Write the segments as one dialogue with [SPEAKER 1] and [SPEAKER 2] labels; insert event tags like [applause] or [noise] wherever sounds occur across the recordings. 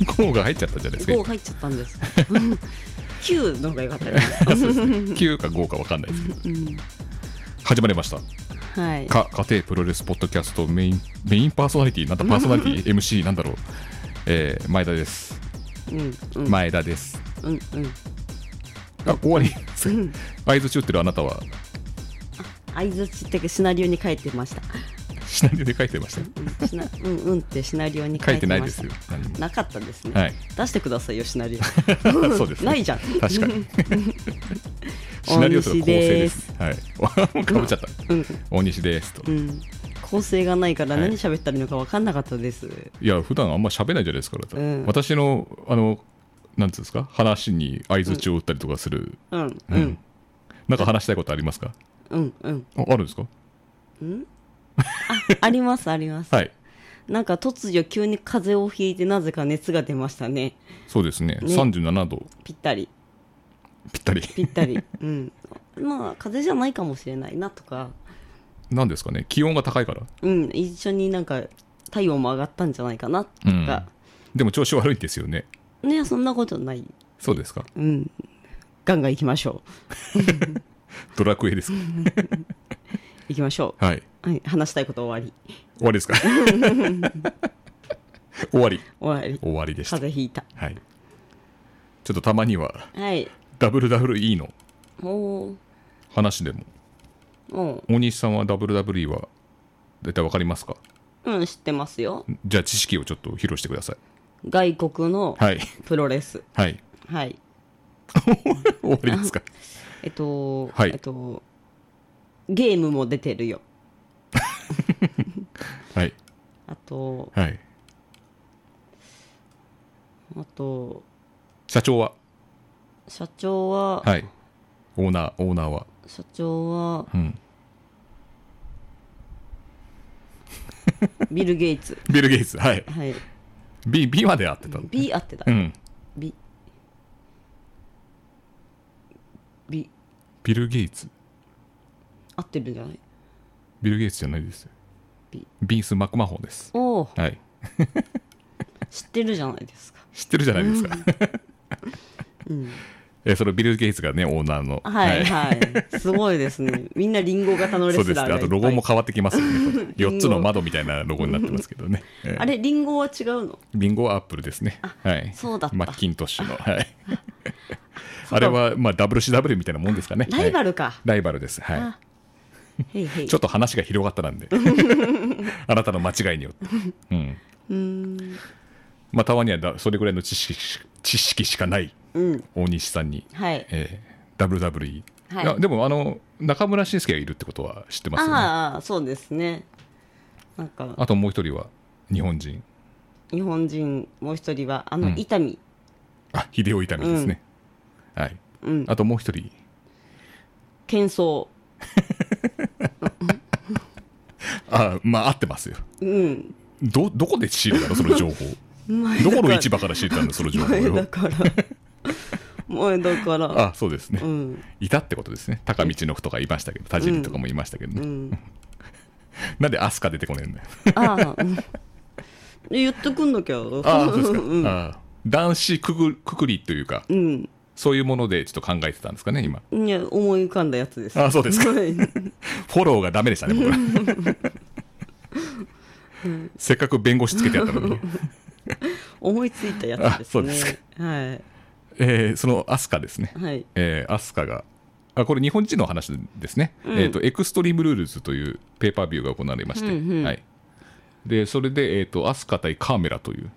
[SPEAKER 1] 5が入っちゃったじゃないですか [laughs]
[SPEAKER 2] 5入っちゃったんです。うん9の方が良かったです。
[SPEAKER 1] そうですね9か5か分かんないですけど
[SPEAKER 2] うん
[SPEAKER 1] 始まりました
[SPEAKER 2] はい。
[SPEAKER 1] か家庭プロレスポッドキャストメインメインパーソナリティなんだパーソナリティ MC なんだろう、えー前田です
[SPEAKER 2] うんうん
[SPEAKER 1] 前田です
[SPEAKER 2] うんうん。
[SPEAKER 1] あ終わりです
[SPEAKER 2] うん
[SPEAKER 1] 合図中ってるあなたは
[SPEAKER 2] 相槌ってシナリオに書いてま [laughs] した。
[SPEAKER 1] シナリオで書いてましたよ
[SPEAKER 2] うんシナうんうんってシナリオに
[SPEAKER 1] 書
[SPEAKER 2] 書
[SPEAKER 1] い
[SPEAKER 2] い
[SPEAKER 1] て
[SPEAKER 2] て
[SPEAKER 1] ない
[SPEAKER 2] ま
[SPEAKER 1] で
[SPEAKER 2] し
[SPEAKER 1] す
[SPEAKER 2] た。
[SPEAKER 1] よ何も
[SPEAKER 2] なかったですね。 [laughs]
[SPEAKER 1] はい
[SPEAKER 2] 出してくださいよシナ [laughs] リ
[SPEAKER 1] そうで
[SPEAKER 2] オ。
[SPEAKER 1] す、ね、
[SPEAKER 2] ないじゃん。[laughs]
[SPEAKER 1] 確かにシナリオとか構成ですはい [laughs] かぶっちゃった
[SPEAKER 2] うん
[SPEAKER 1] 大西ですと
[SPEAKER 2] うん。構成がないから
[SPEAKER 1] はい
[SPEAKER 2] 何喋ったらいいのか分かんなかったです。
[SPEAKER 1] いや普段あんま喋らないじゃないですか、あなた
[SPEAKER 2] うん
[SPEAKER 1] 私のあのなんていうんですか話に相槌を打ったりとかする、
[SPEAKER 2] うん
[SPEAKER 1] うん
[SPEAKER 2] うん
[SPEAKER 1] なんか話したいことありますか
[SPEAKER 2] うんうん。
[SPEAKER 1] ああるんですか
[SPEAKER 2] うん [laughs] あありますあります。
[SPEAKER 1] はい
[SPEAKER 2] なんか突如急に風邪をひいてなぜか熱が出ましたね
[SPEAKER 1] そうですね
[SPEAKER 2] ね
[SPEAKER 1] 37度
[SPEAKER 2] ぴったり
[SPEAKER 1] ぴった
[SPEAKER 2] [laughs]
[SPEAKER 1] り
[SPEAKER 2] ぴったりうんまあ風邪じゃないかもしれないなとか
[SPEAKER 1] なんですかね気温が高いから
[SPEAKER 2] うん一緒になんか体温も上がったんじゃないかなとか、
[SPEAKER 1] でも調子悪いんですよね
[SPEAKER 2] ねそんなことない
[SPEAKER 1] そうですか
[SPEAKER 2] うんガンガン行きましょ
[SPEAKER 1] ドラクエですか
[SPEAKER 2] う行きましょ
[SPEAKER 1] はい。
[SPEAKER 2] う、はい、話したいこと終わり
[SPEAKER 1] 終わり
[SPEAKER 2] [laughs]
[SPEAKER 1] ですか終わり。
[SPEAKER 2] 終わり
[SPEAKER 1] 終わりでした。
[SPEAKER 2] 風邪ひいた
[SPEAKER 1] はい。ちょっとたまには
[SPEAKER 2] はい
[SPEAKER 1] WWE の
[SPEAKER 2] おー
[SPEAKER 1] 話でも、
[SPEAKER 2] お
[SPEAKER 1] 大西さんは WWE は大体わかりますか
[SPEAKER 2] ううん知ってますよ
[SPEAKER 1] じゃあ知識をちょっと披露してください。
[SPEAKER 2] 外国の
[SPEAKER 1] はい。
[SPEAKER 2] プロレス [laughs]
[SPEAKER 1] はい。
[SPEAKER 2] はい
[SPEAKER 1] 終わりですか
[SPEAKER 2] えっと、
[SPEAKER 1] はい
[SPEAKER 2] えっとゲームも出てるよ
[SPEAKER 1] はい。
[SPEAKER 2] あと
[SPEAKER 1] はい。
[SPEAKER 2] あと
[SPEAKER 1] 社長は
[SPEAKER 2] 社長は、
[SPEAKER 1] はい。オーナー、オーナーは
[SPEAKER 2] 社長は
[SPEAKER 1] うん。
[SPEAKER 2] [laughs] ビル・ゲイツ
[SPEAKER 1] ビル・ゲイツ。はい。
[SPEAKER 2] はい
[SPEAKER 1] B、B まで合ってた。
[SPEAKER 2] B 合ってた
[SPEAKER 1] うん。
[SPEAKER 2] B B
[SPEAKER 1] ビル・ゲイツ。
[SPEAKER 2] 合ってるんじゃない
[SPEAKER 1] ビル・ゲイツじゃないですよ
[SPEAKER 2] B。
[SPEAKER 1] ビンス・マクマホンです。
[SPEAKER 2] おお
[SPEAKER 1] はい。
[SPEAKER 2] 知ってるじゃないですか
[SPEAKER 1] 知ってるじゃないですか。
[SPEAKER 2] うん
[SPEAKER 1] [laughs] えーそのビル・ゲイツがね、オーナーの。
[SPEAKER 2] はいはいすごいですねみんなリンゴ型のレ
[SPEAKER 1] そう
[SPEAKER 2] ス
[SPEAKER 1] で
[SPEAKER 2] ラー
[SPEAKER 1] すね。
[SPEAKER 2] がい
[SPEAKER 1] あ
[SPEAKER 2] っぱい
[SPEAKER 1] とロゴも変わってきます
[SPEAKER 2] [laughs]
[SPEAKER 1] よね。
[SPEAKER 2] リンゴ
[SPEAKER 1] 4つの窓みたいなロゴになってますけどね。えー
[SPEAKER 2] あれリンゴは違うの
[SPEAKER 1] リンゴはアップルですね。はい。
[SPEAKER 2] そうだった
[SPEAKER 1] マッキントッシュの。はい。
[SPEAKER 2] そう
[SPEAKER 1] あ
[SPEAKER 2] だ
[SPEAKER 1] れは、まあ、WCW みたいなもんですかね。
[SPEAKER 2] ライバ
[SPEAKER 1] ル。
[SPEAKER 2] ルか、
[SPEAKER 1] ライバルです。は
[SPEAKER 2] あへいへ
[SPEAKER 1] い。
[SPEAKER 2] い
[SPEAKER 1] ちょっと話が広がったな
[SPEAKER 2] [laughs]
[SPEAKER 1] んで。あなたの間違いによって。うん。
[SPEAKER 2] うーん
[SPEAKER 1] まあ、たまにはだそれぐらいの知識し知識しかない
[SPEAKER 2] うん
[SPEAKER 1] 大西さんに、
[SPEAKER 2] はい
[SPEAKER 1] えー WWE。
[SPEAKER 2] はい
[SPEAKER 1] やでも、あの、中村俊輔がいるってことは知ってますよね。
[SPEAKER 2] ああそうですねなんか
[SPEAKER 1] あともう一人は日本人。
[SPEAKER 2] 日本人もう一人はあの
[SPEAKER 1] うん
[SPEAKER 2] 伊丹
[SPEAKER 1] あ、秀夫痛みですね。はい。
[SPEAKER 2] うん
[SPEAKER 1] あともう一人。
[SPEAKER 2] 喧騒
[SPEAKER 1] あ、まあ合ってますよ。
[SPEAKER 2] うん
[SPEAKER 1] ど、どこで仕入れたのそ
[SPEAKER 2] [laughs]
[SPEAKER 1] の情報。どこの市場から仕入れたのその情報
[SPEAKER 2] 前だ
[SPEAKER 1] を。
[SPEAKER 2] から前だから
[SPEAKER 1] あ、そうですね
[SPEAKER 2] う。ん
[SPEAKER 1] いたってことですね。高道の夫とかいましたけど、田尻とかもいましたけど
[SPEAKER 2] う
[SPEAKER 1] ね。
[SPEAKER 2] ん
[SPEAKER 1] なんでアスカ出てこない
[SPEAKER 2] [laughs]
[SPEAKER 1] んだよ。
[SPEAKER 2] ああうん言ってくんなきゃ
[SPEAKER 1] あ、そうで
[SPEAKER 2] [laughs]
[SPEAKER 1] すか。
[SPEAKER 2] うん
[SPEAKER 1] あ男子くぐくくりというか、
[SPEAKER 2] うん
[SPEAKER 1] そういうものでちょっと考えてたんですかね、今。
[SPEAKER 2] いや思い浮かんだやつです
[SPEAKER 1] あそうですか
[SPEAKER 2] はい
[SPEAKER 1] フォローがダメでしたね、僕ら。 [laughs] せっかく弁護士つけてやったのに。
[SPEAKER 2] 思いついたやつで
[SPEAKER 1] あ
[SPEAKER 2] す
[SPEAKER 1] そうです
[SPEAKER 2] ねは
[SPEAKER 1] えーそのアスカですね。
[SPEAKER 2] いはい
[SPEAKER 1] えーアスカが、あこれ、日本人の話ですね、
[SPEAKER 2] うん
[SPEAKER 1] えーと、エクストリームルールズというペーパービューが行われまして、
[SPEAKER 2] うんうん
[SPEAKER 1] はい、でそれで、えーと、アスカ対カーメラという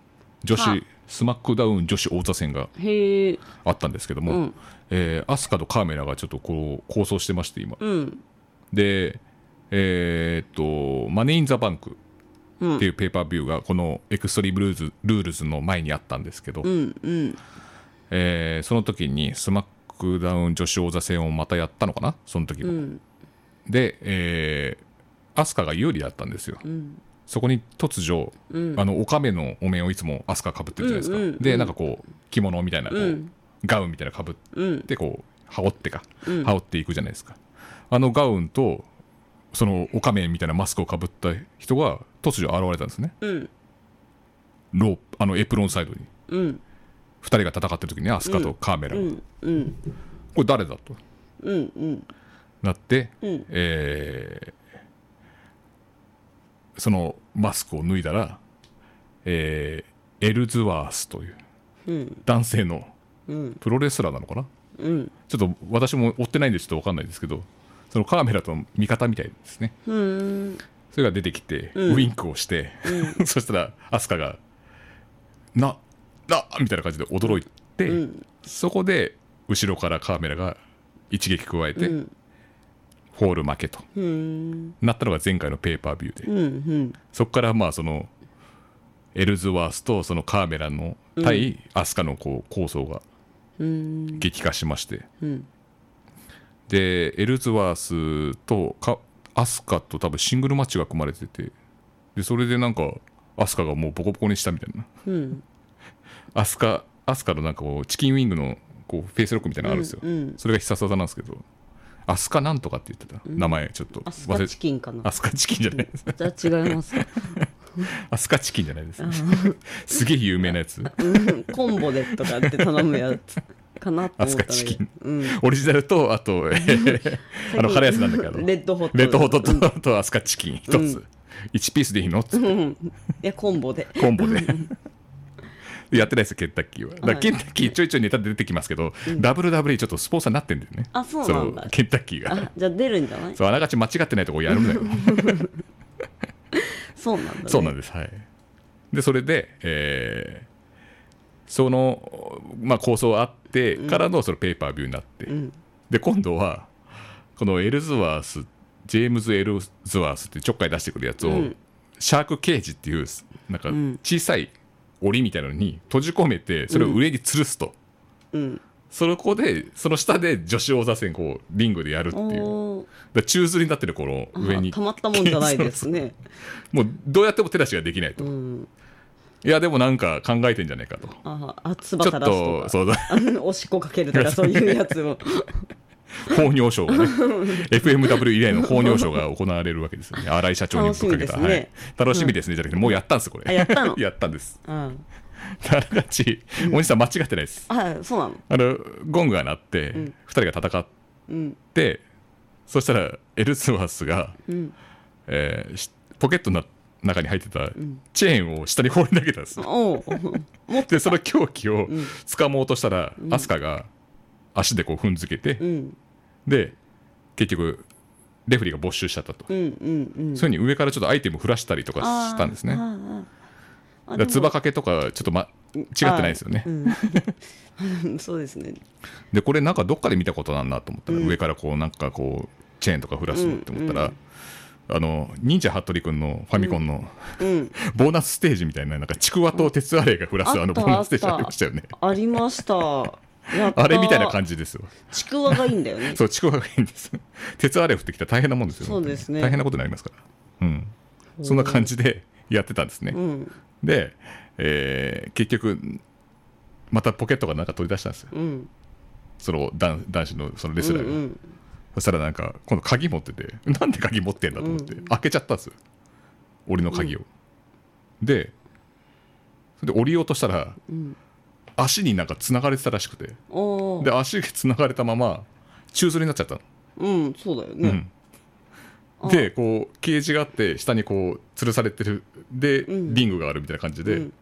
[SPEAKER 1] 女
[SPEAKER 2] はあ
[SPEAKER 1] 子、スマックダウン女子王座戦が
[SPEAKER 2] へえ
[SPEAKER 1] あったんですけども、
[SPEAKER 2] うん
[SPEAKER 1] えーアスカとカーメラがちょっとこう構想してまして、今。
[SPEAKER 2] うん
[SPEAKER 1] で、えーと、マネー・イン・ザ・バンク
[SPEAKER 2] う
[SPEAKER 1] ってい
[SPEAKER 2] ん
[SPEAKER 1] うペーパービューが、このエクストリームルーズルールズの前にあったんですけど、
[SPEAKER 2] うんうん
[SPEAKER 1] えーその時にスマックダウン女子王座戦をまたやったのかな、その時
[SPEAKER 2] う
[SPEAKER 1] も。
[SPEAKER 2] ん
[SPEAKER 1] で、えーアスカが有利だったんですよ。
[SPEAKER 2] うん
[SPEAKER 1] そこに突如、
[SPEAKER 2] うん
[SPEAKER 1] あの、おかめのお面をいつもアスカかぶってるじゃないですか。
[SPEAKER 2] うんうんうん
[SPEAKER 1] で、なんかこう、着物みたいな、こう
[SPEAKER 2] うん
[SPEAKER 1] ガウンみたいなかぶっ
[SPEAKER 2] うん
[SPEAKER 1] て、こう、羽織ってか、
[SPEAKER 2] うん
[SPEAKER 1] 羽織っていくじゃないですか。あのガウンと、そのおかめみたいなマスクをかぶった人が突如現れたんですね。
[SPEAKER 2] うん
[SPEAKER 1] ロープ、あの、エプロンサイドに。
[SPEAKER 2] うん
[SPEAKER 1] 2人が戦ってる時にアスカとカーメラ、
[SPEAKER 2] うんうん
[SPEAKER 1] これ誰だと
[SPEAKER 2] うんうん
[SPEAKER 1] なって、
[SPEAKER 2] うん
[SPEAKER 1] えーそのマスクを脱いだら、えーエルズワースという
[SPEAKER 2] うん
[SPEAKER 1] 男性の
[SPEAKER 2] うん
[SPEAKER 1] プロレスラーなのかな
[SPEAKER 2] うん
[SPEAKER 1] ちょっと私も追ってないんでちょっと分かんないですけどそのカーメラとの味方みたいですね
[SPEAKER 2] うん
[SPEAKER 1] それが出てきて、
[SPEAKER 2] うん
[SPEAKER 1] ウィンクをして、 [laughs] そしたらアスカが「ななみたいな感じで驚いて、
[SPEAKER 2] うん
[SPEAKER 1] そこで後ろからカーメラが一撃加えて、
[SPEAKER 2] うん
[SPEAKER 1] ホール負けと
[SPEAKER 2] うん
[SPEAKER 1] なったのが前回のペーパービューで、
[SPEAKER 2] うん
[SPEAKER 1] そこからまあそのエルズワースとそのカーメラの対アスカのこう構想が
[SPEAKER 2] うん
[SPEAKER 1] 激化しまして、
[SPEAKER 2] うん
[SPEAKER 1] でエルズワースとかアスカと多分シングルマッチが組まれててでそれでなんかアスカがもうボコボコにしたみたいな
[SPEAKER 2] うん
[SPEAKER 1] アスカアスカのなんかこうチキンウィングのこうフェイスロックみたいなのがあるんですよ、
[SPEAKER 2] うんうん
[SPEAKER 1] それが必殺技なんですけどアスカなんとかって言ってた、名前ちょっと
[SPEAKER 2] アスカチキンかな
[SPEAKER 1] アスカチキンじゃないです
[SPEAKER 2] じゃあ違いますか
[SPEAKER 1] アスカチキンじゃな
[SPEAKER 2] [laughs]
[SPEAKER 1] いですすげえ有名なやつ
[SPEAKER 2] うんコンボでとかって頼むやつかなと思ったんだ
[SPEAKER 1] アスカチ
[SPEAKER 2] け
[SPEAKER 1] キ
[SPEAKER 2] ど
[SPEAKER 1] ン
[SPEAKER 2] うん
[SPEAKER 1] オリジナルと
[SPEAKER 2] [laughs]
[SPEAKER 1] あと、えーあ
[SPEAKER 2] 最
[SPEAKER 1] の
[SPEAKER 2] 近
[SPEAKER 1] 腹やつなんだけど
[SPEAKER 2] レッドホット
[SPEAKER 1] レッドホットとあとアスカチキン一つ、
[SPEAKER 2] うん
[SPEAKER 1] 1ピースでいいのっつって
[SPEAKER 2] うんいやコンボで
[SPEAKER 1] コンボで。やってないですよ、ケンタッキーは。だから
[SPEAKER 2] はい
[SPEAKER 1] ケンタッキーちょいちょいネタで出てきますけど、WWE ちょっとスポンサーになってんだよね。
[SPEAKER 2] あそうなんだ
[SPEAKER 1] そのケンタッキーが
[SPEAKER 2] あ。じゃあ出るんじゃない
[SPEAKER 1] そう、あながち間違ってないとこやるんだよ。
[SPEAKER 2] そうなんだね
[SPEAKER 1] そうなんです。はい。で、それで、えーその、まあ、構想あってからのそのペーパービューになって、
[SPEAKER 2] ん
[SPEAKER 1] で、今度は、このエルズワース、ジェームズ・エルズワースってちょっかい出してくるやつを、
[SPEAKER 2] うん
[SPEAKER 1] シャークケージっていう、なんか
[SPEAKER 2] ん
[SPEAKER 1] 小さい檻みたいなのに閉じ込めて、それを上に吊るすと。
[SPEAKER 2] うん
[SPEAKER 1] そこで、その下で女子王座戦、こう、リングでやるっていう。だか
[SPEAKER 2] おー
[SPEAKER 1] ら宙吊りになってる、この上に
[SPEAKER 2] あた。まったもんじゃないです
[SPEAKER 1] [laughs]
[SPEAKER 2] ね
[SPEAKER 1] もう、どうやっても手出しができないと。
[SPEAKER 2] うん
[SPEAKER 1] いや、でもなんか考えてんじゃないかと。
[SPEAKER 2] ああ
[SPEAKER 1] ち
[SPEAKER 2] 翼
[SPEAKER 1] ょっ
[SPEAKER 2] 出すと
[SPEAKER 1] と、
[SPEAKER 2] か
[SPEAKER 1] そうだ、
[SPEAKER 2] うん [laughs] おしっこかけると
[SPEAKER 1] [laughs]
[SPEAKER 2] かそういうやつを
[SPEAKER 1] 放尿症
[SPEAKER 2] [laughs]
[SPEAKER 1] がね、FMW 以来の放尿症が行われるわけですよね。荒井社長にぶっかけた。
[SPEAKER 2] 楽しみですね
[SPEAKER 1] はい、楽しみですね、じゃなくて、もうやったんです、これ。
[SPEAKER 2] あやったの
[SPEAKER 1] やったんです。
[SPEAKER 2] うん
[SPEAKER 1] あながち、おじさん間違ってないです。
[SPEAKER 2] あそうなの
[SPEAKER 1] あの、ゴングが鳴って、二、
[SPEAKER 2] ん
[SPEAKER 1] 人が戦っ
[SPEAKER 2] うん
[SPEAKER 1] て、そしたら、エルスワースが、
[SPEAKER 2] うん
[SPEAKER 1] えーしポケットの中に入ってたチェーンを下に放り投げたんです、
[SPEAKER 2] お
[SPEAKER 1] [laughs]
[SPEAKER 2] ううん
[SPEAKER 1] でその凶器を掴もうとしたら、アスカが足でこう踏んづけて、
[SPEAKER 2] うん
[SPEAKER 1] で結局レフェリーが没収しちゃったと、
[SPEAKER 2] うんうん
[SPEAKER 1] そういうふうに上からちょっとアイテム振らしたりとかしたんですね
[SPEAKER 2] あ
[SPEAKER 1] だ
[SPEAKER 2] ーあ
[SPEAKER 1] か
[SPEAKER 2] ーあーあ
[SPEAKER 1] ら
[SPEAKER 2] でも
[SPEAKER 1] つばかけとかちょっと、ま、違ってないですよね、
[SPEAKER 2] うん
[SPEAKER 1] [laughs]
[SPEAKER 2] そうですね
[SPEAKER 1] でこれなんかどっかで見たことなんなと思ったら、上からこうなんかこうチェーンとか振らすのって思ったら、あの忍者服部君のファミコンの、
[SPEAKER 2] うん
[SPEAKER 1] ボーナスステージみたいななんかちくわと鉄アレイが降らすあのボーナスステージ [laughs] ありましたよね
[SPEAKER 2] ありま
[SPEAKER 1] [laughs]
[SPEAKER 2] したやった
[SPEAKER 1] あれみたいな感じですよ
[SPEAKER 2] ちくわがいいんだよね
[SPEAKER 1] [laughs] そうちくわがいいんです鉄アレイ降ってきたら大変なもんですよ
[SPEAKER 2] そうですね
[SPEAKER 1] 本当に大変なことになりますからうんそんな感じでやってたんですね、
[SPEAKER 2] うん
[SPEAKER 1] で、えー結局またポケットからなんか取り出したんですよ
[SPEAKER 2] うん
[SPEAKER 1] その男男子のそのレ
[SPEAKER 2] う
[SPEAKER 1] ス
[SPEAKER 2] んう
[SPEAKER 1] ラーが、
[SPEAKER 2] ん
[SPEAKER 1] そしたらなんか今度鍵持っててなんで鍵持ってんだと思って、開けちゃったんですよ檻の鍵を、でそれで降りようとしたら、足になんか繋がれてたらしくて
[SPEAKER 2] おー
[SPEAKER 1] で足が繋がれたまま宙吊りになっちゃったの、
[SPEAKER 2] うんそうだよね、
[SPEAKER 1] うんでこうケージがあって下にこう吊るされてるで、リングがあるみたいな感じで、
[SPEAKER 2] うん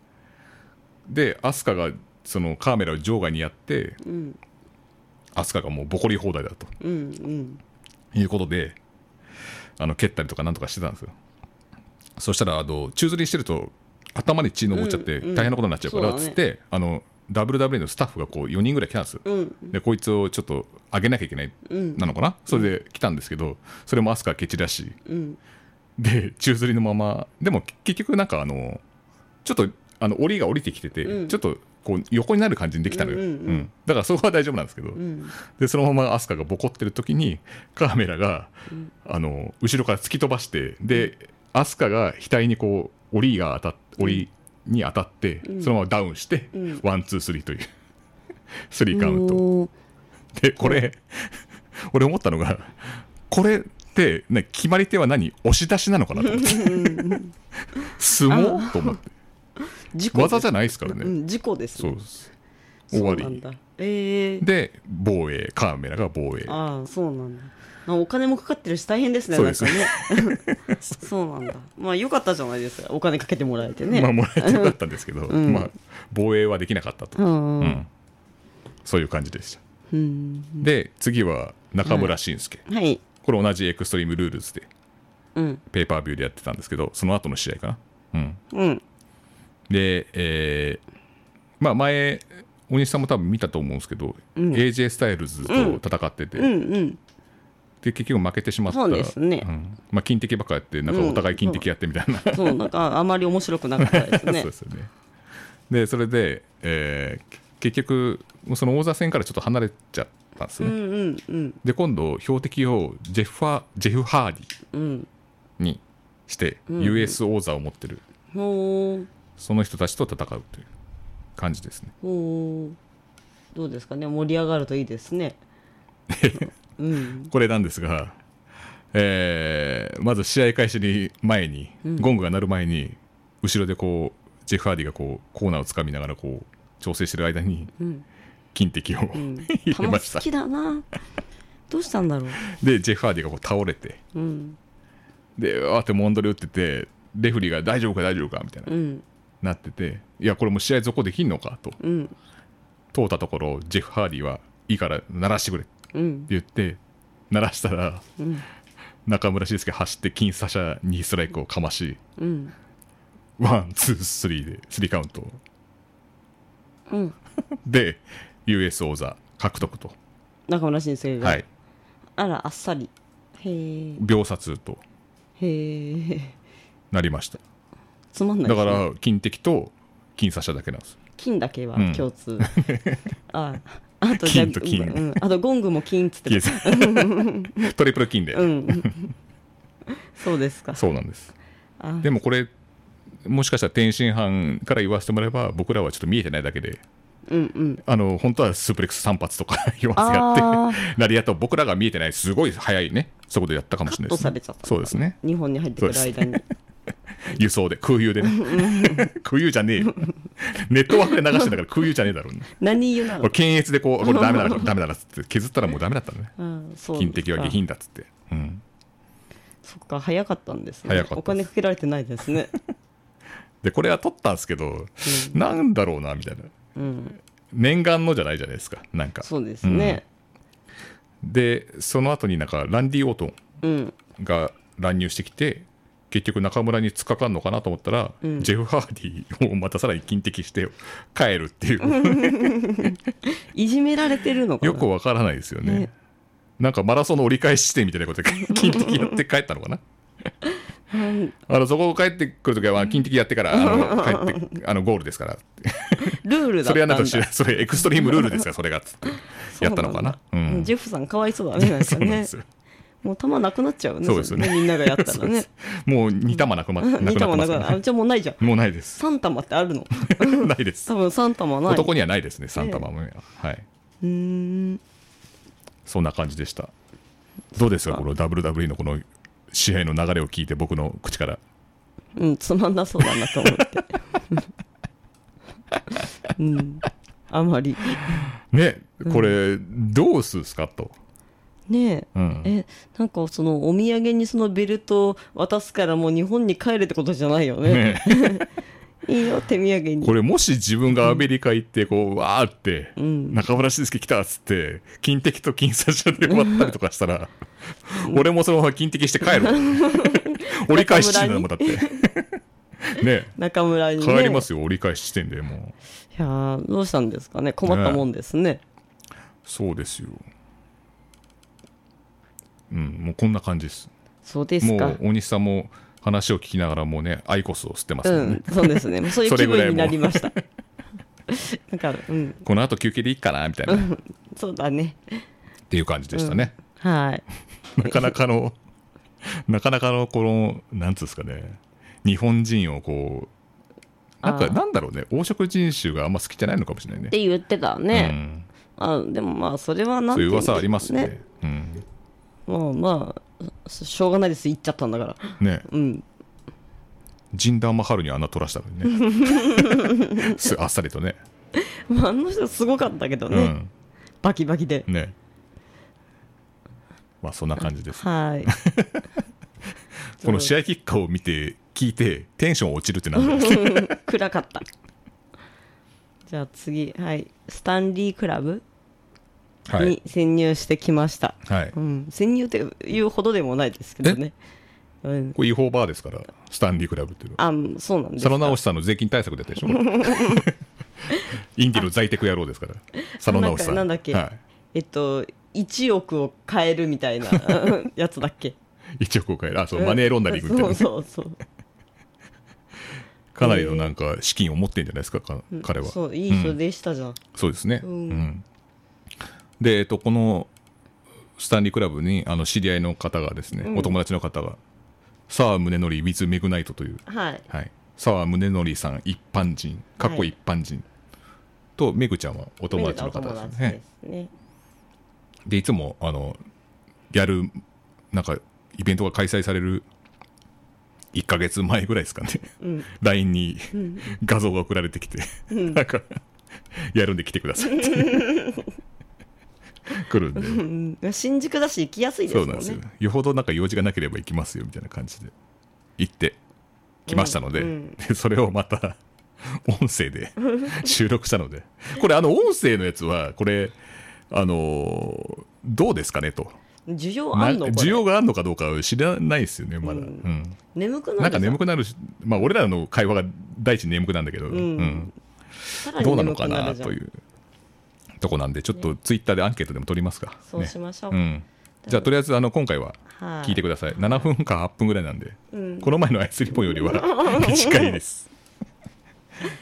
[SPEAKER 1] でアスカがそのカーメラを場外にやって、
[SPEAKER 2] ん
[SPEAKER 1] アスカがもうボコり放題だと
[SPEAKER 2] うん
[SPEAKER 1] いうことであの蹴ったりとかなんとかしてたんですよそしたらあの宙吊りしてると頭に血のぼっちゃって
[SPEAKER 2] うんうん
[SPEAKER 1] 大変なことになっちゃうから
[SPEAKER 2] そうだ
[SPEAKER 1] つ
[SPEAKER 2] ね
[SPEAKER 1] って、あの WWE のスタッフがこう4人ぐらい来たんですよ、
[SPEAKER 2] うんうん
[SPEAKER 1] でこいつをちょっと上げなきゃいけない、
[SPEAKER 2] うん
[SPEAKER 1] なのかなそれで来たんですけどそれもアスカケチだし
[SPEAKER 2] うん
[SPEAKER 1] で宙吊りのままでも結局なんかあのちょっとあの檻が降りてきてて、
[SPEAKER 2] うん
[SPEAKER 1] ちょっとこう横になる感じにできたのよ、
[SPEAKER 2] うんうんうん
[SPEAKER 1] だからそこは大丈夫なんですけど、
[SPEAKER 2] うん
[SPEAKER 1] でそのままアスカがボコってる時にカメラが、あの後ろから突き飛ばしてでアスカが額にこう檻が当たっ檻に当たって、そのままダウンして、
[SPEAKER 2] ん
[SPEAKER 1] ワンツースリーというスリーカウント
[SPEAKER 2] おー
[SPEAKER 1] でこれ俺思ったのがこれって、ね、決まり手は何押し出しなのかなと思って相撲と思って
[SPEAKER 2] 事故
[SPEAKER 1] 技じ
[SPEAKER 2] ゃ
[SPEAKER 1] ゃないですから
[SPEAKER 2] う
[SPEAKER 1] ね。
[SPEAKER 2] ん、事故です
[SPEAKER 1] そう
[SPEAKER 2] ね
[SPEAKER 1] です。終わ
[SPEAKER 2] そうなん
[SPEAKER 1] り。
[SPEAKER 2] だええ
[SPEAKER 1] で、防衛、カーメラが防衛。
[SPEAKER 2] ああそうなんだまあお金もかかってるし大変ですね
[SPEAKER 1] そうです
[SPEAKER 2] なんかね [laughs] そうなんだまあよかったじゃないですかお金かけてもらえてね、
[SPEAKER 1] まあ、もらえてよかったんですけど、
[SPEAKER 2] ん
[SPEAKER 1] まあ、防衛はできなかったと。
[SPEAKER 2] うん
[SPEAKER 1] うんそういう感じでした。
[SPEAKER 2] うん
[SPEAKER 1] で、次は中村慎介。
[SPEAKER 2] はい
[SPEAKER 1] これ同じエクストリームルールズで、
[SPEAKER 2] うん
[SPEAKER 1] ペーパービューでやってたんですけど、その後の試合かな。うん。
[SPEAKER 2] うん
[SPEAKER 1] で、えーまあ前、大西さんも多分見たと思うんですけど、AJ スタイルズと戦ってて、
[SPEAKER 2] うんうん
[SPEAKER 1] で結局負けてしまった
[SPEAKER 2] そうですね
[SPEAKER 1] んまあ、金敵ばっかやってなんかお互い金敵やってみたいな、
[SPEAKER 2] そうなんかあまり面白くなかったです
[SPEAKER 1] [laughs] そ
[SPEAKER 2] ね
[SPEAKER 1] うですよねでそれで、えーけ結局その王座戦からちょっと離れちゃったんです
[SPEAKER 2] う
[SPEAKER 1] ね、
[SPEAKER 2] んうんうん
[SPEAKER 1] で今度標的をジェファジェフ・ハーディ
[SPEAKER 2] うん
[SPEAKER 1] にして、US 王座を持ってる
[SPEAKER 2] ほう
[SPEAKER 1] その人たちと戦うという感じですね
[SPEAKER 2] ほうどうですかね盛り上がるといいですねうん
[SPEAKER 1] これなんですが、えーまず試合開始に前に、ゴングが鳴る前に後ろでこうジェフ・ハーディがこうコーナーをつかみながらこう調整してる間に
[SPEAKER 2] うん
[SPEAKER 1] 金敵を、
[SPEAKER 2] うん
[SPEAKER 1] [laughs] 入れま
[SPEAKER 2] 玉
[SPEAKER 1] した
[SPEAKER 2] 好きだなどうしたんだろ
[SPEAKER 1] でジェフ・ハーディがこう倒れて
[SPEAKER 2] ううん
[SPEAKER 1] でわーってモンドで打っててレフェリーが大丈夫か大丈夫かみたいな、
[SPEAKER 2] うん
[SPEAKER 1] なってていやこれもう試合続行できんのかと
[SPEAKER 2] うん
[SPEAKER 1] 通ったところジェフ・ハーディはいいから鳴らしてくれって
[SPEAKER 2] うん
[SPEAKER 1] 言って鳴らしたら、
[SPEAKER 2] ん
[SPEAKER 1] 中村俊輔走って金差者2ストライクをかまし
[SPEAKER 2] うん
[SPEAKER 1] ワン、ツー、スリーで、スリーカウント。
[SPEAKER 2] うん
[SPEAKER 1] で、US 王座獲得と。
[SPEAKER 2] 中村新生が、
[SPEAKER 1] はい。
[SPEAKER 2] あらあっさりへえ
[SPEAKER 1] 秒殺と
[SPEAKER 2] へえ
[SPEAKER 1] なりました。
[SPEAKER 2] つまんない
[SPEAKER 1] だ
[SPEAKER 2] です
[SPEAKER 1] か
[SPEAKER 2] ね
[SPEAKER 1] ら、金敵と金差しただけなん
[SPEAKER 2] [laughs]
[SPEAKER 1] です。
[SPEAKER 2] 金だけは
[SPEAKER 1] うん
[SPEAKER 2] 共
[SPEAKER 1] [laughs]
[SPEAKER 2] 通、ああとじゃあ
[SPEAKER 1] 金と金
[SPEAKER 2] うん、あとゴングも金っつって
[SPEAKER 1] 金
[SPEAKER 2] た
[SPEAKER 1] 差 [laughs] トリプル金で。
[SPEAKER 2] うんそうですか
[SPEAKER 1] そうなんです。
[SPEAKER 2] あ
[SPEAKER 1] でもこれ、もしかしたら天津飯から言わせてもらえば、僕らはちょっと見えてないだけで、
[SPEAKER 2] うんうん
[SPEAKER 1] あの、本当はスープレックス3発とか [laughs] 言わせてや
[SPEAKER 2] あ
[SPEAKER 1] って、ラリアと僕らが見えてない、すごい早いね、そこでやったかもしれない
[SPEAKER 2] カッ
[SPEAKER 1] です、ね。
[SPEAKER 2] トされちゃったんだ
[SPEAKER 1] そうですね。
[SPEAKER 2] 日本に入ってくる間に、
[SPEAKER 1] 輸送で空輸でね空輸じゃねえよネットワークで流してんだから空輸じゃねえだろうね
[SPEAKER 2] 何言うな
[SPEAKER 1] [laughs]
[SPEAKER 2] の
[SPEAKER 1] これ検閲でこうこれダメだなダメだなっつって削ったらもうダメだったのね
[SPEAKER 2] うんそう
[SPEAKER 1] 金的は下
[SPEAKER 2] か
[SPEAKER 1] 品だっつって、うん、
[SPEAKER 2] そっか早かったんですね
[SPEAKER 1] 早かったです
[SPEAKER 2] お金かけられてないです
[SPEAKER 1] [laughs]
[SPEAKER 2] ね
[SPEAKER 1] でこれは取ったんですけど、なんだろうなみたいな
[SPEAKER 2] うん
[SPEAKER 1] 念願のじゃないじゃないですかなんか
[SPEAKER 2] そうですね
[SPEAKER 1] でその後になんかランディ・オート
[SPEAKER 2] うん
[SPEAKER 1] ンが乱入してきて結局中村に突っかかんのかなと思ったら、ジェフ・ハーディをまたさらに金的して帰るっていう
[SPEAKER 2] いじめられてるのかな
[SPEAKER 1] [laughs] よくわからないですよね
[SPEAKER 2] ね。
[SPEAKER 1] なんかマラソンの折り返し地点みたいなことで金的やって帰ったのかなあのそこを帰ってくるときはまあ金的やってからあの帰ってあのゴールですから
[SPEAKER 2] ルールだ
[SPEAKER 1] そ
[SPEAKER 2] った
[SPEAKER 1] れは
[SPEAKER 2] ん
[SPEAKER 1] な
[SPEAKER 2] だ
[SPEAKER 1] んか知らそれエクストリームルールですからそれがつ
[SPEAKER 2] [laughs]
[SPEAKER 1] ってやったのかな
[SPEAKER 2] そう
[SPEAKER 1] うん
[SPEAKER 2] だジェフさんかわいそうだねなんか
[SPEAKER 1] [laughs] そうなんで
[SPEAKER 2] ね
[SPEAKER 1] すよ
[SPEAKER 2] もう玉なくなっちゃうね
[SPEAKER 1] そうですよね
[SPEAKER 2] みんながやった
[SPEAKER 1] そ
[SPEAKER 2] ら
[SPEAKER 1] うで
[SPEAKER 2] ね
[SPEAKER 1] す [laughs] もう2玉
[SPEAKER 2] [laughs]
[SPEAKER 1] なく,、ま、なくな
[SPEAKER 2] 2
[SPEAKER 1] って
[SPEAKER 2] 玉
[SPEAKER 1] ま
[SPEAKER 2] な
[SPEAKER 1] す
[SPEAKER 2] く
[SPEAKER 1] か
[SPEAKER 2] なっ
[SPEAKER 1] ら
[SPEAKER 2] あ
[SPEAKER 1] ね
[SPEAKER 2] じゃあもうないじゃん
[SPEAKER 1] もうないです [laughs]
[SPEAKER 2] 3玉ってあるの
[SPEAKER 1] ないです
[SPEAKER 2] 多分3玉ない
[SPEAKER 1] 男にはないですね3玉もはいう
[SPEAKER 2] ーん
[SPEAKER 1] そんな感じでしたどうですかこの WWE のこの試合の流れを聞いて僕の口から
[SPEAKER 2] うんつまんなそうだなと
[SPEAKER 1] [laughs]
[SPEAKER 2] 思ってうんあまり
[SPEAKER 1] ねこれどうすんすかと、
[SPEAKER 2] ねえ
[SPEAKER 1] うん
[SPEAKER 2] えなんかそのお土産にそのベルトを渡すからもう日本に帰るってことじゃないよね
[SPEAKER 1] ね、
[SPEAKER 2] いいよ手土産に
[SPEAKER 1] これもし自分がアメリカ行ってこうわーって中村俊輔来たっつって金敵と金差しで終わったりとかしたら俺もそのまま金敵して帰る
[SPEAKER 2] [laughs]
[SPEAKER 1] 折り返し地点だもんだってね
[SPEAKER 2] 中村に、ね、
[SPEAKER 1] 帰りますよ折り返し地点でもう
[SPEAKER 2] いやーどうしたんですかね困ったもんですね
[SPEAKER 1] そうですようんもうこんな感じです
[SPEAKER 2] そうです
[SPEAKER 1] も
[SPEAKER 2] か
[SPEAKER 1] う大西さんも話を聞きながらもうねアイコスを吸ってます
[SPEAKER 2] う
[SPEAKER 1] もんね、
[SPEAKER 2] んそうですねもうそういう気
[SPEAKER 1] それぐらい
[SPEAKER 2] 分
[SPEAKER 1] も
[SPEAKER 2] にな
[SPEAKER 1] う
[SPEAKER 2] りました [laughs] だからうん
[SPEAKER 1] この後休憩でいいかなみたいなっ
[SPEAKER 2] そうだね
[SPEAKER 1] ていう感じでしたね、
[SPEAKER 2] はい
[SPEAKER 1] [laughs] なかなかの、なかなかのこの、なんつうんですかね、日本人をこう、なん
[SPEAKER 2] あ
[SPEAKER 1] か
[SPEAKER 2] ー
[SPEAKER 1] なんだろうね、黄色人種があんま好きじゃないのかもしれないね
[SPEAKER 2] っ。て言ってた
[SPEAKER 1] う
[SPEAKER 2] ね、
[SPEAKER 1] ん、
[SPEAKER 2] あでもまあそれはなん
[SPEAKER 1] そう
[SPEAKER 2] て
[SPEAKER 1] い
[SPEAKER 2] いううんでしょ
[SPEAKER 1] 噂
[SPEAKER 2] う
[SPEAKER 1] ありますよね。うん、
[SPEAKER 2] まあまあししょうがないです行っちゃったんだから
[SPEAKER 1] ね
[SPEAKER 2] うん
[SPEAKER 1] ジンダーマハルに穴取らしたのに
[SPEAKER 2] [laughs]
[SPEAKER 1] ねすあっさりとね
[SPEAKER 2] [laughs] まあ、あの人すごかったけどね、
[SPEAKER 1] うん
[SPEAKER 2] バキバキで、
[SPEAKER 1] ねまあそんな感じです
[SPEAKER 2] はい
[SPEAKER 1] この試合結果を見て聞いてテンション落ちるってなんだよ
[SPEAKER 2] [laughs] 暗かったじゃあ次はいスタンリークラブ
[SPEAKER 1] は
[SPEAKER 2] に
[SPEAKER 1] い、
[SPEAKER 2] 潜入してきました、
[SPEAKER 1] はい、
[SPEAKER 2] うん、潜入っていうほどでもないですけどねうん
[SPEAKER 1] これ違法バーですからスタンリークラブっていうのは
[SPEAKER 2] あそうなんです
[SPEAKER 1] 佐
[SPEAKER 2] か
[SPEAKER 1] 野直しさんの税金対策だったでし
[SPEAKER 2] [laughs]
[SPEAKER 1] ょこれインディの在宅野郎ですから佐野直しさん
[SPEAKER 2] なんかなんだっけ
[SPEAKER 1] はい
[SPEAKER 2] えっと1億を変えるみた
[SPEAKER 1] [laughs]
[SPEAKER 2] いなやつだっけ
[SPEAKER 1] 一億を変えるあそうマネーロンダリングみたいな、
[SPEAKER 2] そうそうそう
[SPEAKER 1] かなりのなんか資金を持ってんじゃないですかか彼は
[SPEAKER 2] そういい人
[SPEAKER 1] うん
[SPEAKER 2] でしたじゃん、
[SPEAKER 1] そうですね、
[SPEAKER 2] う
[SPEAKER 1] うんんで、えっと、このスタンリークラブにあの知り合いの方がですね、
[SPEAKER 2] うん
[SPEAKER 1] お友達の方が澤宗則 with メグナイトという
[SPEAKER 2] はい
[SPEAKER 1] はい澤宗則さん一般人過去一般人、とメグちゃんはお友達の方ですね
[SPEAKER 2] 見れたお友達ですね
[SPEAKER 1] でいつもあのやるなんかイベントが開催される1か月前ぐらいですかね、LINE に画像が送られてきて、なんかやるんで来てくださいって [laughs] 来るんで、
[SPEAKER 2] うん新宿だし行きやすいです
[SPEAKER 1] そ
[SPEAKER 2] も
[SPEAKER 1] うんなん
[SPEAKER 2] ね
[SPEAKER 1] ですよよほどなんか用事がなければ行きますよみたいな感じで行ってきましたので,、
[SPEAKER 2] うんうん
[SPEAKER 1] でそれをまた音声で収録したのでこれあの音声のやつはこれあのーどうですかねと。
[SPEAKER 2] 需要
[SPEAKER 1] な
[SPEAKER 2] あんのこれ
[SPEAKER 1] 需要があるのかどうかは知らないですよねまだ、
[SPEAKER 2] う
[SPEAKER 1] うんん
[SPEAKER 2] 眠くなる
[SPEAKER 1] なんか眠
[SPEAKER 2] く
[SPEAKER 1] くなるしまあ俺らの会話が第一に眠くなんだけど、
[SPEAKER 2] ん
[SPEAKER 1] うん
[SPEAKER 2] さらに
[SPEAKER 1] どうな
[SPEAKER 2] 眠
[SPEAKER 1] の
[SPEAKER 2] く
[SPEAKER 1] かな
[SPEAKER 2] るじゃん
[SPEAKER 1] というとこなんでちょっとツイッターでアンケートでも取りますか、ね、
[SPEAKER 2] そうしましょう、
[SPEAKER 1] ん、じゃあとりあえずあの今回は
[SPEAKER 2] はい
[SPEAKER 1] 聞いてください、7分か8分ぐらいなんで、
[SPEAKER 2] うん
[SPEAKER 1] この前のアイスリポンよりは
[SPEAKER 2] [laughs]
[SPEAKER 1] 短いです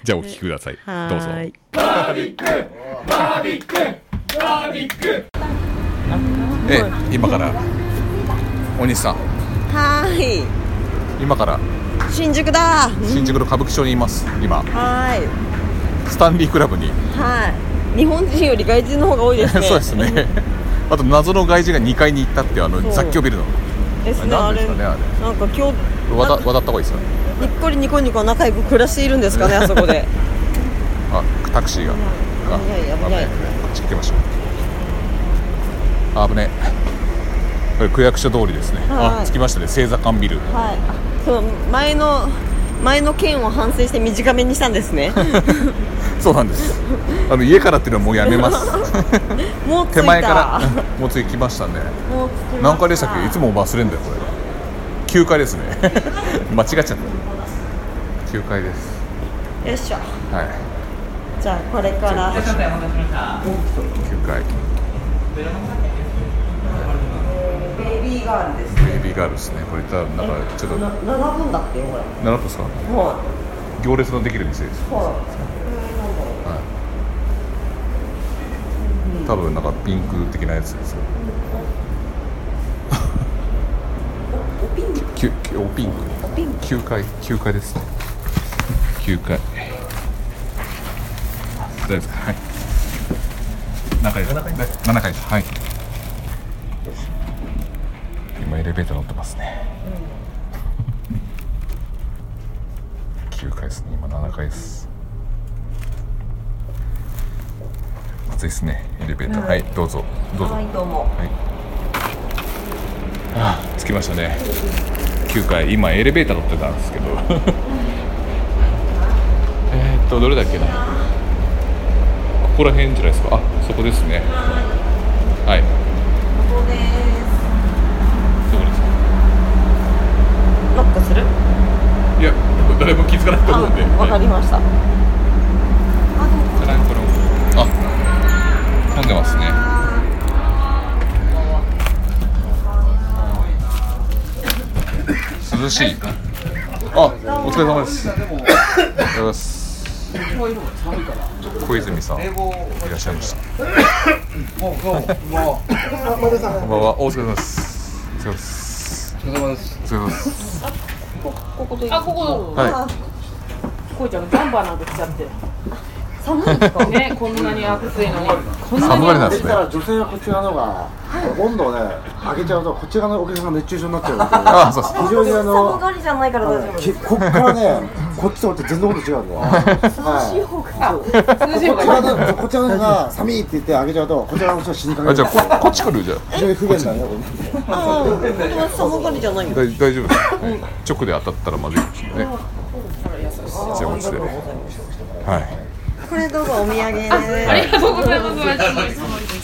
[SPEAKER 1] じゃあお聞きください
[SPEAKER 2] は
[SPEAKER 1] どうぞ
[SPEAKER 2] ーい
[SPEAKER 1] え今からお西さん
[SPEAKER 2] はーい
[SPEAKER 1] 今から
[SPEAKER 2] 新宿だ
[SPEAKER 1] 新宿の歌舞伎町にいます今
[SPEAKER 2] はーい
[SPEAKER 1] スタンリークラブに
[SPEAKER 2] はい日本人より外人の方が多いですね
[SPEAKER 1] そうですね [laughs] あと謎の外人が2階に行ったっていうあの
[SPEAKER 2] そう
[SPEAKER 1] 雑居ビルの
[SPEAKER 2] ですねあれ
[SPEAKER 1] 何ですかねあれ
[SPEAKER 2] なんか今日
[SPEAKER 1] 渡渡った方がいいですよね
[SPEAKER 2] にっこりにこにこ仲良く暮らしているんですかねあそこで
[SPEAKER 1] あタクシーがあ
[SPEAKER 2] 危ない危ない
[SPEAKER 1] 危こっち行きましょうあ危ねこれ区役所通りですね
[SPEAKER 2] はい
[SPEAKER 1] あ着きましたね星座館ビル
[SPEAKER 2] はいあそう前の前の件を反省して短めにしたんですね
[SPEAKER 1] そうなんですあの家からっていうのはもうやめます
[SPEAKER 2] [laughs] もう着いた
[SPEAKER 1] 手前から [laughs] もう次来ましたね
[SPEAKER 2] もう着きました
[SPEAKER 1] 何階でしたっけいつも忘れんだよこれ9階ですね [laughs] 間違っちゃった9階です
[SPEAKER 2] よいしょ
[SPEAKER 1] はい
[SPEAKER 2] じゃあこれから
[SPEAKER 1] 9階
[SPEAKER 2] ベイビーガールですね
[SPEAKER 1] ベビーガールですねこれ多分なんかちょっと
[SPEAKER 2] な7分だってよこれ
[SPEAKER 1] 習ったですか
[SPEAKER 2] は
[SPEAKER 1] 行列のできる店です
[SPEAKER 2] いは
[SPEAKER 1] 多分なんかピンク的なやつですよ
[SPEAKER 2] いおピンク
[SPEAKER 1] きゅきゅおピンク
[SPEAKER 2] おピンク
[SPEAKER 1] 9階9階ですね9階大丈夫ですかはい何階ですか7階ですはい今エレベーター乗ってますね9階ですね今7階です暑いですねエレベーターはいどうぞどうぞ
[SPEAKER 2] はいどうも
[SPEAKER 1] はい。ああ、着きましたね。9階、今エレベーター乗ってたんですけど。 [laughs] えーっと、どれだっけな。ここら辺じゃないですか。あ、そこですね。はい。
[SPEAKER 2] ここです
[SPEAKER 1] そこです。
[SPEAKER 2] ノックする
[SPEAKER 1] いや、誰も気づかないと
[SPEAKER 2] あ
[SPEAKER 1] 思うんで。
[SPEAKER 2] わかりました
[SPEAKER 1] じゃないこれもあ、混んでますね。涼しい。あ、お疲れ様です。おはようございます。小泉さん、いらっしゃいました。こんばんは、お疲れ様です。お疲れ様です。
[SPEAKER 3] お疲れ様です。
[SPEAKER 1] お疲れ様です。
[SPEAKER 2] こことあここ
[SPEAKER 1] はい。
[SPEAKER 2] こうちゃんジャンバーなんか着ちゃって
[SPEAKER 3] 寒いんですか
[SPEAKER 4] ねこんなに暑いのにこんなに
[SPEAKER 1] 寒がりなんで
[SPEAKER 5] そ
[SPEAKER 1] す
[SPEAKER 5] し
[SPEAKER 1] ね
[SPEAKER 5] たら女性はこっち側の方が温度をね上げちゃうとこっち側のお客さんが熱中症になっちゃうあ
[SPEAKER 1] そうそ
[SPEAKER 5] 非常にあ
[SPEAKER 3] 寒
[SPEAKER 5] の
[SPEAKER 3] がりじゃないから大丈夫です
[SPEAKER 5] きこっからねこっちとこっち全然温度違うんだよはい
[SPEAKER 3] そうか
[SPEAKER 4] 涼しい
[SPEAKER 5] こ
[SPEAKER 4] 方
[SPEAKER 5] っち
[SPEAKER 4] が
[SPEAKER 5] 側のこっち側の人が寒いって言って上げちゃうとこっち側の人は死にかけ
[SPEAKER 1] あ
[SPEAKER 5] る
[SPEAKER 1] じゃあここっち来るじゃあ
[SPEAKER 5] 非常に不便だねこれ
[SPEAKER 2] ああでも寒がりじゃないよ
[SPEAKER 1] 大大丈夫ですね、直で当たったらまずいかもしれないねじゃあ落ちてはい
[SPEAKER 2] これどうぞお土産で
[SPEAKER 4] ありがとうございます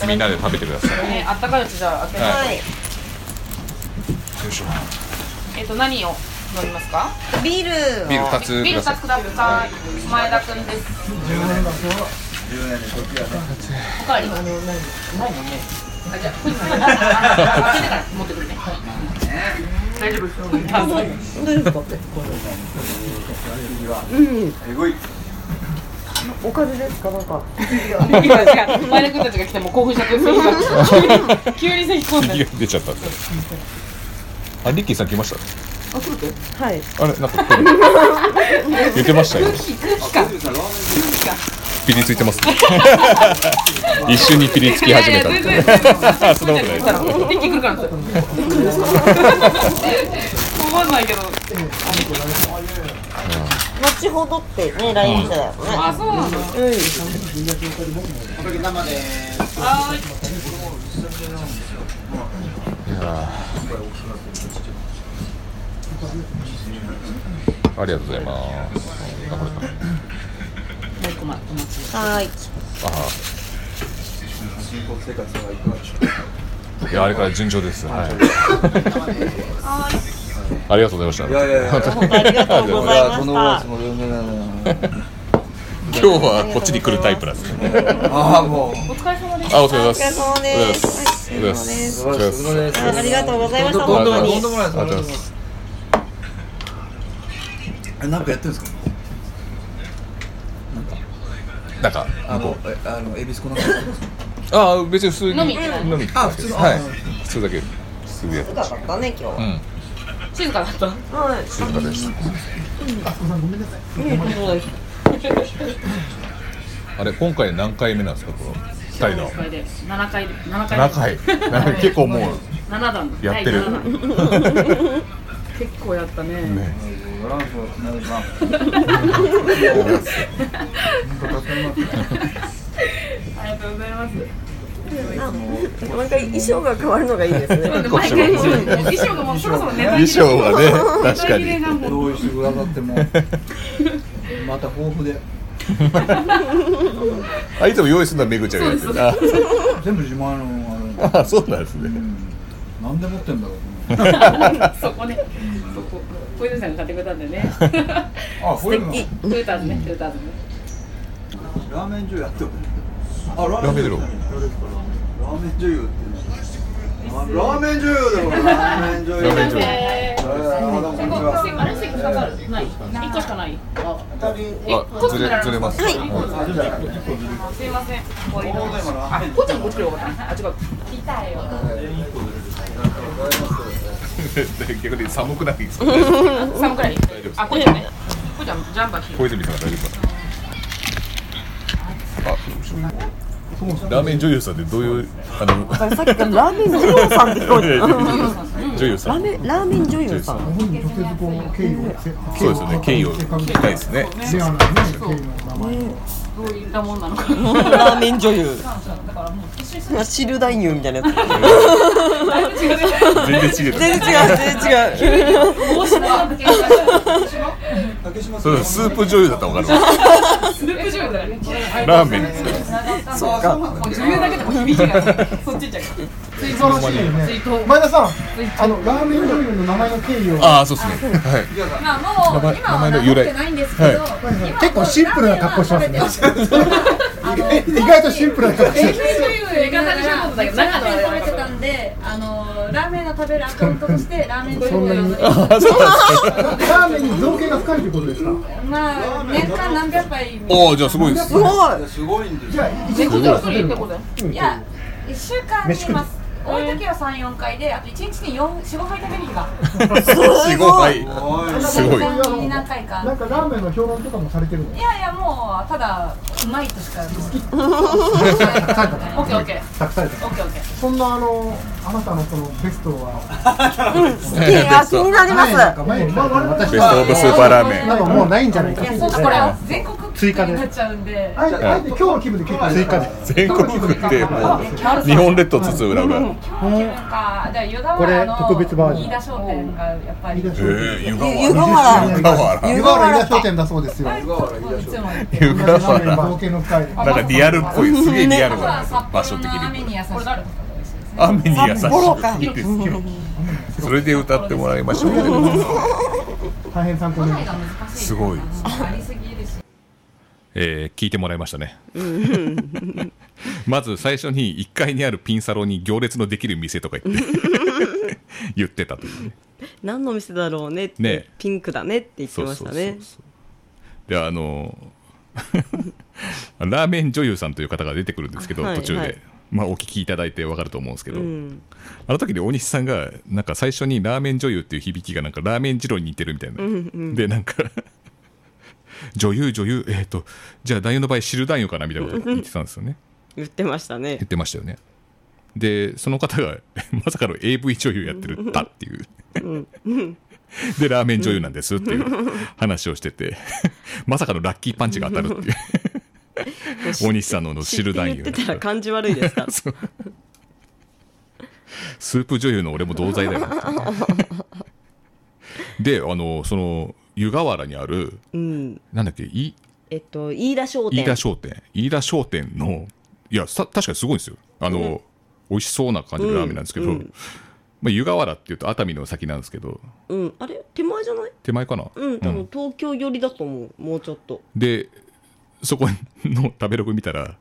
[SPEAKER 1] みんなで食べてください
[SPEAKER 4] ねあったかいうちじゃあ開けます
[SPEAKER 2] はい
[SPEAKER 1] よいしょ
[SPEAKER 4] えっと何を飲みますか
[SPEAKER 2] ビール
[SPEAKER 1] ビール2つ
[SPEAKER 4] ビ
[SPEAKER 1] く
[SPEAKER 4] ール
[SPEAKER 1] ださい
[SPEAKER 4] 二つください前田くんですおかわりないもんねあじゃあこいつ開けてから持ってくるね大丈夫です
[SPEAKER 2] 大丈夫か
[SPEAKER 3] おかずですかなんか
[SPEAKER 4] 今違う前田くんたちが来てもう興奮しちゃって咳込んだ急に急に咳込んだ
[SPEAKER 1] 次が出ちゃったあリッキーさん来まし
[SPEAKER 2] はい
[SPEAKER 1] たあれなんか来る
[SPEAKER 4] [laughs]
[SPEAKER 1] 言ってましたよピリついてます
[SPEAKER 4] [laughs]
[SPEAKER 1] 一瞬にピリつき始めた
[SPEAKER 4] いやいや全然
[SPEAKER 1] そんなことないです
[SPEAKER 4] 一気に来るからですよ。思わないけど。
[SPEAKER 2] 後ほどってね LINE したよね
[SPEAKER 4] あ、そうなの。
[SPEAKER 2] うん
[SPEAKER 4] はーい。
[SPEAKER 1] ありがとうございますあこれか
[SPEAKER 4] もう一個まお待ち。
[SPEAKER 2] はい
[SPEAKER 1] あいやあれから順調です。はい。ありがとうございました。
[SPEAKER 6] いやいやいや
[SPEAKER 2] 本当ありがとうございま
[SPEAKER 6] この
[SPEAKER 2] した
[SPEAKER 6] も有名なのよ。
[SPEAKER 1] 今日はこっちに来るタイプなんですね。
[SPEAKER 6] ああもう。
[SPEAKER 4] お疲れ様です。
[SPEAKER 1] あ、お疲れ様です。
[SPEAKER 2] お疲れ様です
[SPEAKER 1] お疲れ様です。お疲れ様です。お疲れ様です。
[SPEAKER 2] ありがとうございました
[SPEAKER 6] と
[SPEAKER 2] 本
[SPEAKER 6] んでも
[SPEAKER 2] 当
[SPEAKER 6] ない
[SPEAKER 2] に
[SPEAKER 6] とんでもないです
[SPEAKER 1] ありがとうございます。
[SPEAKER 6] えなんかやってるんですか。
[SPEAKER 1] なんか、
[SPEAKER 6] あのえあの恵比寿この中。
[SPEAKER 1] あ、別に普通に。
[SPEAKER 4] 飲み行ってない
[SPEAKER 1] 飲み行ってない
[SPEAKER 6] あ普通の
[SPEAKER 1] はい
[SPEAKER 6] あ。
[SPEAKER 1] 普通だけ。普通でやってま
[SPEAKER 2] 静かだ
[SPEAKER 1] し
[SPEAKER 2] ったね今日
[SPEAKER 1] た。うん。
[SPEAKER 4] 静かだった。
[SPEAKER 2] はい
[SPEAKER 1] 静かでした。
[SPEAKER 2] そうです
[SPEAKER 1] あれ、今回何回目なんですか、この。二人の
[SPEAKER 4] 今。回で七回で七回
[SPEAKER 1] 7
[SPEAKER 4] で
[SPEAKER 1] 回。7回結構もう。
[SPEAKER 4] 七段
[SPEAKER 1] やってる
[SPEAKER 4] 第七弾結構やったね。
[SPEAKER 1] ね
[SPEAKER 4] ありがとうございます。
[SPEAKER 2] 毎回衣装が変わるのがいいですね
[SPEAKER 4] 毎回衣装衣装がもうそろそろネタ
[SPEAKER 1] 衣装はね、確か
[SPEAKER 4] ネタ切れ
[SPEAKER 1] に。
[SPEAKER 4] がもう
[SPEAKER 6] 用意してくださっても。また豊富で。
[SPEAKER 1] あ、いつも用意するのはめぐちゃんがやってる。あ
[SPEAKER 6] 全部自前のあの。
[SPEAKER 1] あそうなんですね。
[SPEAKER 6] なんで持ってんだろう。
[SPEAKER 4] そこね。そこ小泉さんが買ってくれたんだよね。 [laughs]
[SPEAKER 6] あこういうの。
[SPEAKER 4] トヨターズねトヨターズね。
[SPEAKER 6] ラーメン女優やってる。あ
[SPEAKER 1] ー
[SPEAKER 6] ラ
[SPEAKER 1] メン女優
[SPEAKER 6] ラーメン女優っていうの。あラーメン女優だよ。ラーメン女優。
[SPEAKER 1] ラーメン女優
[SPEAKER 4] えー
[SPEAKER 6] えーどうもこんにちは
[SPEAKER 4] あれ席下がるない一個しかない
[SPEAKER 1] あ、ずれ、ずれます。
[SPEAKER 4] すいません終わりだあこっちもこっちでよかったあ違う
[SPEAKER 1] 逆に寒くないですか。
[SPEAKER 4] 寒くない
[SPEAKER 1] 丈夫です
[SPEAKER 4] あこっちねこっちはジャンパー着て
[SPEAKER 1] 小泉さん大丈夫ですか。あ、ラーメン女優さんってどういうあの
[SPEAKER 2] さっきからラーメン女優さんって聞こえてた
[SPEAKER 1] 女優さ
[SPEAKER 2] ラー
[SPEAKER 1] ん。
[SPEAKER 2] メンラーメン女優さん
[SPEAKER 1] そうですよね。経緯を聞きたいですね。
[SPEAKER 4] どういったもんなのか
[SPEAKER 2] ラーメン女優汁男優みたいなやつ全然違う全
[SPEAKER 1] 全然違う。
[SPEAKER 2] 然違う
[SPEAKER 4] 帽子の
[SPEAKER 1] そうスープ女優だったらわかるわ。
[SPEAKER 4] スープ醤油だね
[SPEAKER 1] ラーメンですから。
[SPEAKER 4] もう自由だけでも響きがそっち行っちゃう水槽の水槽
[SPEAKER 7] 前田さん、あのラーメン女優の名前の経緯を
[SPEAKER 1] ああ、そうですね。はい。
[SPEAKER 4] まあもう今は名乗ってないんですけど
[SPEAKER 7] 結構シンプルな格好してますね。意外とシンプルな格好してます。
[SPEAKER 4] 映画館でしょだけど中では
[SPEAKER 8] 食べてたんで、あのラーメンが食べるアカウントとしてラーメン女優を呼んで
[SPEAKER 7] ラーメンに造形が深いということですか。
[SPEAKER 8] まあ年間何百杯い
[SPEAKER 1] おお、じゃあすごいです。
[SPEAKER 2] すごい
[SPEAKER 6] すごいんです
[SPEAKER 7] じ
[SPEAKER 6] よ。
[SPEAKER 7] ゃあ、一
[SPEAKER 4] 猫と一人ってことだよ
[SPEAKER 8] や一週間にます多い時は34回であと1日に45杯食べる日が
[SPEAKER 1] すごい
[SPEAKER 6] おい
[SPEAKER 1] すごい
[SPEAKER 8] に何回か
[SPEAKER 7] なんかラーメンの評論とかもされてるの
[SPEAKER 8] いやいやもうただうまいとしかもう
[SPEAKER 4] オッケーオッケー
[SPEAKER 7] 託されて
[SPEAKER 4] オッケーオッケー
[SPEAKER 7] そんなあのあなたのそのベストは
[SPEAKER 1] ベス
[SPEAKER 3] 気に
[SPEAKER 1] ト
[SPEAKER 3] なりま
[SPEAKER 7] 前なん
[SPEAKER 3] す。
[SPEAKER 7] か前に私
[SPEAKER 1] ベストオブスーパーラーメン
[SPEAKER 7] なんかもうないんじゃないか
[SPEAKER 8] いやそうこれは全国追加になっちゃうんで
[SPEAKER 7] あえてあえて今日の気分で結構
[SPEAKER 6] 追加で
[SPEAKER 1] 全国区ってもう日本列島つつ裏裏へ
[SPEAKER 8] 今日なんかじゃあ湯河
[SPEAKER 7] これ
[SPEAKER 8] 原の
[SPEAKER 7] 特別バージョン
[SPEAKER 8] 飯田商店がやっぱりいつ
[SPEAKER 1] え
[SPEAKER 8] も
[SPEAKER 1] ー湯
[SPEAKER 3] ゆ湯河
[SPEAKER 1] 河
[SPEAKER 3] 原。
[SPEAKER 1] 原湯河原
[SPEAKER 7] 湯河原伊賀商店だそうですよ
[SPEAKER 8] いつも行って
[SPEAKER 1] 湯河
[SPEAKER 7] ラーメン
[SPEAKER 1] 原
[SPEAKER 7] 冒険の深い
[SPEAKER 1] なんかリアルっぽいすげえリアル
[SPEAKER 8] 朝
[SPEAKER 1] だ
[SPEAKER 8] は
[SPEAKER 1] な場
[SPEAKER 8] 札
[SPEAKER 1] 所
[SPEAKER 8] 幌
[SPEAKER 1] 的
[SPEAKER 8] の雨
[SPEAKER 1] に
[SPEAKER 8] に優しい
[SPEAKER 1] 雨に優し
[SPEAKER 3] 札幌か
[SPEAKER 1] いそれで歌ってもらいましょう
[SPEAKER 7] 大変参考になります
[SPEAKER 1] すごい
[SPEAKER 8] ありすぎるし
[SPEAKER 1] えー聞いてもらいましたねまず最初に1階にあるピンサロに行列のできる店とか言って言ってたというね
[SPEAKER 2] 何の店だろうねって、
[SPEAKER 1] ね
[SPEAKER 2] ピンクだねって言ってましたね
[SPEAKER 1] そうであ [laughs] のラーメン女優さんという方が出てくるんですけど、
[SPEAKER 2] はい
[SPEAKER 1] 途中で、
[SPEAKER 2] はい
[SPEAKER 1] まあ、お聞きいただいてわかると思うんですけど、
[SPEAKER 2] うん
[SPEAKER 1] あの時に大西さんがなんか最初にラーメン女優っていう響きがなんかラーメン二郎に似てるみたいな、でなんか女優女優えっ、とじゃあ男優の場合汁男優かなみたいなこと言ってたんですよね
[SPEAKER 2] 言ってましたね
[SPEAKER 1] 言ってましたよねでその方が [laughs] まさかの AV 女優やってるだっていう [laughs] でラーメン女優なんですっていう話をして [laughs] てまさかのラッキーパンチが当たるっていう [laughs] 大西さんのあの汁男優
[SPEAKER 2] 知って言ってたら感じ悪い [laughs] ですから
[SPEAKER 1] そうスープ女優の俺も同罪だよ
[SPEAKER 2] [laughs]
[SPEAKER 1] であのその湯河原にある
[SPEAKER 2] うん
[SPEAKER 1] なんだっけい
[SPEAKER 2] えっと飯田商店
[SPEAKER 1] 飯田商店飯田商店のいやさ確かにすごいんですよあの、美味しそうな感じのラーメンなんですけど、まあ、湯河原っていうと熱海の先なんですけど
[SPEAKER 2] うんあれ手前じゃない
[SPEAKER 1] 手前かな、
[SPEAKER 2] うん多分東京寄りだと思うもうちょっと
[SPEAKER 1] でそこの食べログ見たら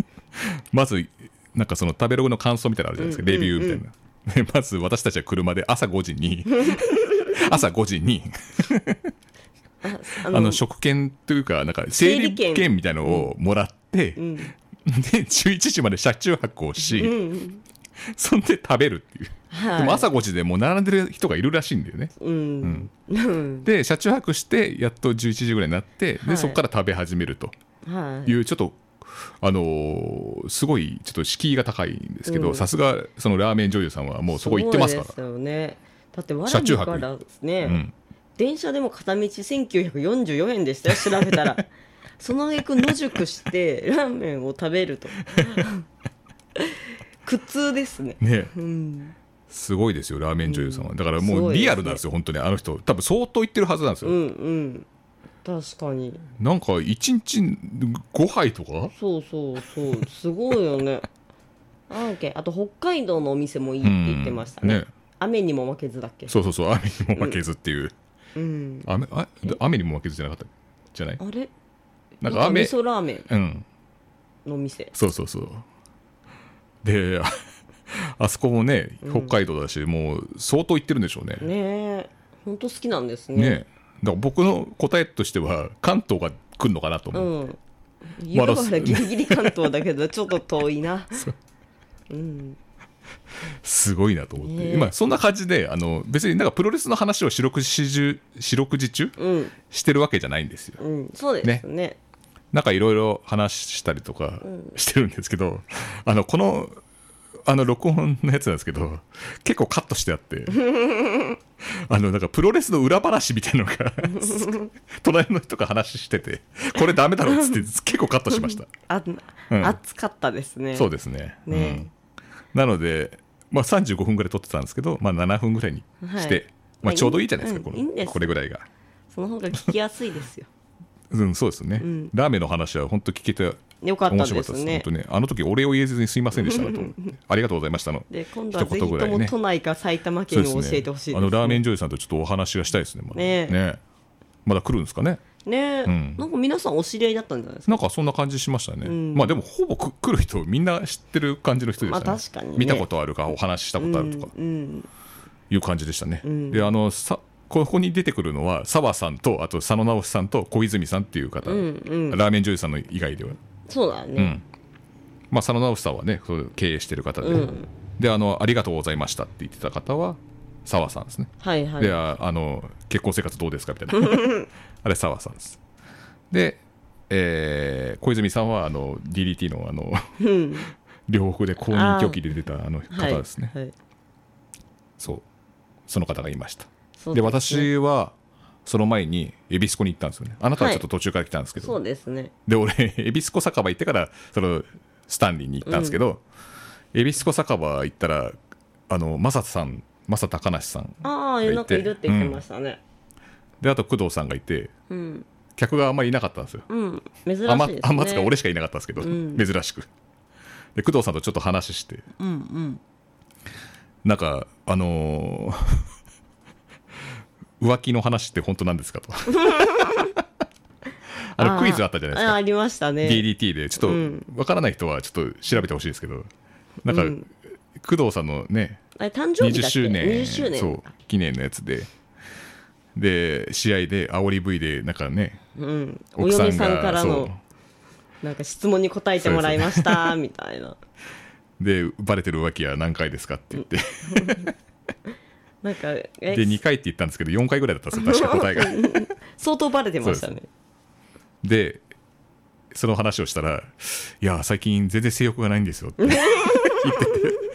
[SPEAKER 1] [laughs] まずなんかその食べログの感想みたいなのあるじゃないですか、レビューみたいな、でまず私たちは車で朝5時に
[SPEAKER 2] [laughs]
[SPEAKER 1] 朝5時に
[SPEAKER 2] あ
[SPEAKER 1] あの食券というかなんか整理
[SPEAKER 2] 整理
[SPEAKER 1] 券みたいのをもらって、で11時まで車中泊をし、そんで食べるっていう、
[SPEAKER 2] はい
[SPEAKER 1] でも朝5時でもう並んでる人がいるらしいんだよね
[SPEAKER 2] うん、
[SPEAKER 1] で車中泊してやっと11時ぐらいになって、で
[SPEAKER 2] はい
[SPEAKER 1] そこから食べ始めると
[SPEAKER 2] はい
[SPEAKER 1] いうちょっとあのーすごいちょっと敷居が高いんですけ
[SPEAKER 2] う
[SPEAKER 1] ど
[SPEAKER 2] ん
[SPEAKER 1] さすがそのラーメン女優さんはもうそこ行ってますか
[SPEAKER 2] ごいです
[SPEAKER 1] ら
[SPEAKER 2] よねだってわ
[SPEAKER 1] 車
[SPEAKER 2] ら
[SPEAKER 1] 中
[SPEAKER 2] び
[SPEAKER 1] 泊
[SPEAKER 2] からですね、
[SPEAKER 1] うん
[SPEAKER 2] 電車でも片道1944円でしたよ調べた
[SPEAKER 1] [laughs]
[SPEAKER 2] らその挙句野宿してラーメンを食べる
[SPEAKER 1] [laughs]
[SPEAKER 2] と苦痛ですね
[SPEAKER 1] ね
[SPEAKER 2] うん
[SPEAKER 1] すごいですよラーメン女優さんは、だから
[SPEAKER 2] す
[SPEAKER 1] も
[SPEAKER 2] ごいで
[SPEAKER 1] う
[SPEAKER 2] すね
[SPEAKER 1] リアルなんですよ本当にあの人多分相当行ってるはずなんですよ、
[SPEAKER 2] うんうん確かに
[SPEAKER 1] なんか1日5杯とか
[SPEAKER 2] そうそうそうすごいよねなんかあと北海道のお店もいいって言ってましたね,、
[SPEAKER 1] うんね
[SPEAKER 2] 雨にも負けずだっけ
[SPEAKER 1] そうそうそう雨にも負けずっていう、
[SPEAKER 2] うん
[SPEAKER 1] 雨あ雨にも負けずじゃなかったじゃない
[SPEAKER 2] あれ
[SPEAKER 1] なんか雨
[SPEAKER 2] 味噌ラーメン
[SPEAKER 1] うん
[SPEAKER 2] の店
[SPEAKER 1] そうそうそうでああそこもね北海道だし、もう相当行ってるんでしょうね
[SPEAKER 2] ねえほんと好きなんですね
[SPEAKER 1] ねだから僕の答えとしては関東が来るのかなと
[SPEAKER 2] う
[SPEAKER 1] 思う、
[SPEAKER 2] ん湯河原ギリギリ関東だけどちょっと遠いなうん
[SPEAKER 1] すごいなと思って、
[SPEAKER 2] ね
[SPEAKER 1] 今そんな感じであの別になんかプロレスの話を四六時中四六時中
[SPEAKER 2] うん
[SPEAKER 1] してるわけじゃないんですよ
[SPEAKER 2] うんそうですね
[SPEAKER 1] なんかいろいろ話したりとかしてるんですけど、あのこのあの録音のやつなんですけど結構カットしてあって
[SPEAKER 2] [laughs]
[SPEAKER 1] あのなんかプロレスの裏話みたいな
[SPEAKER 2] [laughs]
[SPEAKER 1] のが隣の人が話しててこれダメだろっつって結構カットしました
[SPEAKER 2] あ、
[SPEAKER 1] うん
[SPEAKER 2] 暑かったですね
[SPEAKER 1] そうですね。
[SPEAKER 2] ね
[SPEAKER 1] うん、なので、まあ、35分ぐらい撮ってたんですけど、まあ、7分ぐらいにして、
[SPEAKER 2] はい
[SPEAKER 1] ま
[SPEAKER 2] ま
[SPEAKER 1] あ、
[SPEAKER 2] あ
[SPEAKER 1] ちょうどいいじゃないですか、
[SPEAKER 2] いいうん
[SPEAKER 1] こ
[SPEAKER 2] いいんで
[SPEAKER 1] の
[SPEAKER 2] す
[SPEAKER 1] これぐらいが。
[SPEAKER 2] その方が聞きやすい
[SPEAKER 1] [laughs]
[SPEAKER 2] ですよ
[SPEAKER 1] うん、そうですね、
[SPEAKER 2] ん
[SPEAKER 1] ラーメンの話は本当聞けて
[SPEAKER 2] よかった
[SPEAKER 1] 面
[SPEAKER 2] で
[SPEAKER 1] 白かっ
[SPEAKER 2] す
[SPEAKER 1] たです。
[SPEAKER 2] ね
[SPEAKER 1] 本当ね、あの時お礼を言えずにすいませんでしたなと思って、ありがとうございましたの。
[SPEAKER 2] で今度はぜ
[SPEAKER 1] 一
[SPEAKER 2] ひ
[SPEAKER 1] 言ぐら
[SPEAKER 2] と
[SPEAKER 1] い
[SPEAKER 2] も
[SPEAKER 1] ね
[SPEAKER 2] 都内か埼玉県
[SPEAKER 1] そ
[SPEAKER 2] を
[SPEAKER 1] う
[SPEAKER 2] 教えてほしいですね
[SPEAKER 1] あのラーメン女優さんとちょっとお話がしたいですね。まだ
[SPEAKER 2] ねえ
[SPEAKER 1] まだ来るんですかね。
[SPEAKER 2] ねえ、
[SPEAKER 1] うん
[SPEAKER 2] なんか皆さんお知り合いだったんじゃないですか
[SPEAKER 1] なんかそんな感じしましたね。
[SPEAKER 2] うん
[SPEAKER 1] まあでもほぼく来る人みんな知ってる感じの人でしたね。
[SPEAKER 2] まあ確かにね
[SPEAKER 1] 見たことあるかお話ししたことあるとか。
[SPEAKER 2] うん
[SPEAKER 1] いう感じでしたね。
[SPEAKER 2] ん
[SPEAKER 1] であのさここに出てくるのは澤さんとあと佐野直さんと小泉さんっていう方、
[SPEAKER 2] うんうん
[SPEAKER 1] ラーメン女優さんの以外では、
[SPEAKER 2] そうだ
[SPEAKER 1] う
[SPEAKER 2] ね
[SPEAKER 1] んまあ、佐野直さんはねそう経営してる方で、
[SPEAKER 2] うん
[SPEAKER 1] であの「ありがとうございました」って言ってた方は澤さんですね
[SPEAKER 2] はいはい
[SPEAKER 1] でああの結婚生活どうですかみ
[SPEAKER 2] [laughs]
[SPEAKER 1] たいなあれ澤さんですで、えー小泉さんはあの DDT のあの
[SPEAKER 2] うん
[SPEAKER 1] 両国で公認拒否で出たあの
[SPEAKER 2] はい
[SPEAKER 1] 方ですね、
[SPEAKER 2] はい
[SPEAKER 1] そうその方がいました
[SPEAKER 2] そう
[SPEAKER 1] で
[SPEAKER 2] ですね
[SPEAKER 1] 私はその前に恵比寿湖に行ったんですよねあなたはちょっと途中から来たんですけど、
[SPEAKER 2] そうですね
[SPEAKER 1] で俺恵比寿湖酒場行ってからそのスタンリーに行ったんですけど、恵比寿湖酒場行ったらあの正人さん正高梨さん
[SPEAKER 2] ああなんかいるって言ってましたね
[SPEAKER 1] であと工藤さんがいて
[SPEAKER 2] うん
[SPEAKER 1] 客があんまりいなかったんですよ
[SPEAKER 2] うん珍しいですね
[SPEAKER 1] あまあまつか俺しかいなかったんですけど、
[SPEAKER 2] ん
[SPEAKER 1] 珍しくで工藤さんとちょっと話して
[SPEAKER 2] うんうん
[SPEAKER 1] なんかあのー [laughs] 浮気の話って本当なんです
[SPEAKER 2] [laughs]
[SPEAKER 1] かとあの
[SPEAKER 2] ー
[SPEAKER 1] クイズあったじゃないです
[SPEAKER 2] あ
[SPEAKER 1] か
[SPEAKER 2] ありましたね
[SPEAKER 1] DDT でちょっと
[SPEAKER 2] うん
[SPEAKER 1] わからない人はちょっと調べてほしいですけどなんか、
[SPEAKER 2] うん
[SPEAKER 1] 工藤さんのね
[SPEAKER 2] あれ誕生日だ
[SPEAKER 1] 20
[SPEAKER 2] っけ
[SPEAKER 1] 周年
[SPEAKER 2] 20周年
[SPEAKER 1] そう記念のやつでで試合で煽り V でなんかね
[SPEAKER 2] うん、お
[SPEAKER 1] 奥さんが
[SPEAKER 2] 嫁さんから
[SPEAKER 1] そ
[SPEAKER 2] のなんか質問に答えてもらいましたみたいな
[SPEAKER 1] うでバレてる浮気は何回ですかって言って、
[SPEAKER 2] なんかえ
[SPEAKER 1] で2回って言ったんですけど4回ぐらいだったんですよ確か答えが
[SPEAKER 2] 相当バレてましたね
[SPEAKER 1] でその話をしたら「いや最近全然性欲がないんですよ」っ
[SPEAKER 2] [laughs]
[SPEAKER 1] て言ってて「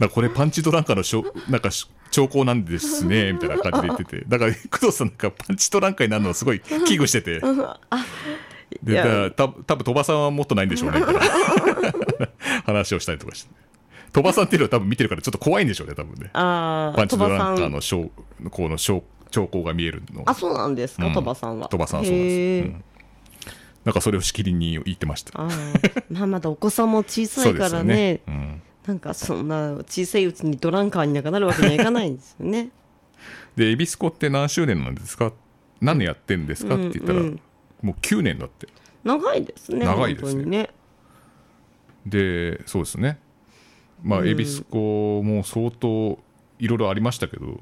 [SPEAKER 1] なんかこれパンチドランカーのしょなんかし兆候なんですね」みたいな感じで言っててだから工藤さんなんかパンチドランカーになるのをすごい危惧しててで
[SPEAKER 2] い
[SPEAKER 1] だ
[SPEAKER 2] や
[SPEAKER 1] からた多分鳥羽さんはもっとないんでしょ
[SPEAKER 2] [laughs]
[SPEAKER 1] うねみたいな話をしたりとかして鳥羽さんっていうのは多分見てるからちょっと怖いんでしょうね多分ね
[SPEAKER 2] あ
[SPEAKER 1] パ
[SPEAKER 2] あ
[SPEAKER 1] ンチ
[SPEAKER 2] 鳥
[SPEAKER 1] ド
[SPEAKER 2] 羽
[SPEAKER 1] ラ
[SPEAKER 2] さ
[SPEAKER 1] ンカー
[SPEAKER 2] ん
[SPEAKER 1] のしょこのしょ兆候が見えるの
[SPEAKER 2] あそうなんですか
[SPEAKER 1] うん
[SPEAKER 2] 鳥羽、さんは
[SPEAKER 1] 鳥羽さんはそうなん
[SPEAKER 2] へ
[SPEAKER 1] で
[SPEAKER 2] ー
[SPEAKER 1] す、うんなんかそれをしきりに言ってました
[SPEAKER 2] あー [laughs] まあまだお子さんも小さ
[SPEAKER 1] そう
[SPEAKER 2] い
[SPEAKER 1] で
[SPEAKER 2] か
[SPEAKER 1] す
[SPEAKER 2] ら
[SPEAKER 1] よ
[SPEAKER 2] ね
[SPEAKER 1] ねうん
[SPEAKER 2] なんかそんな小さいうちにドランカーになんかなるわけにはいかないんですよ
[SPEAKER 1] [laughs]
[SPEAKER 2] ね
[SPEAKER 1] で恵比寿湖って何周年なんですか何年やってんですかって言ったら、
[SPEAKER 2] うんうん
[SPEAKER 1] もう9年だって
[SPEAKER 2] 長いですね
[SPEAKER 1] 長いですね
[SPEAKER 2] 本当にね
[SPEAKER 1] でそうですねまあ恵比寿湖も相当いろいろありましたけど、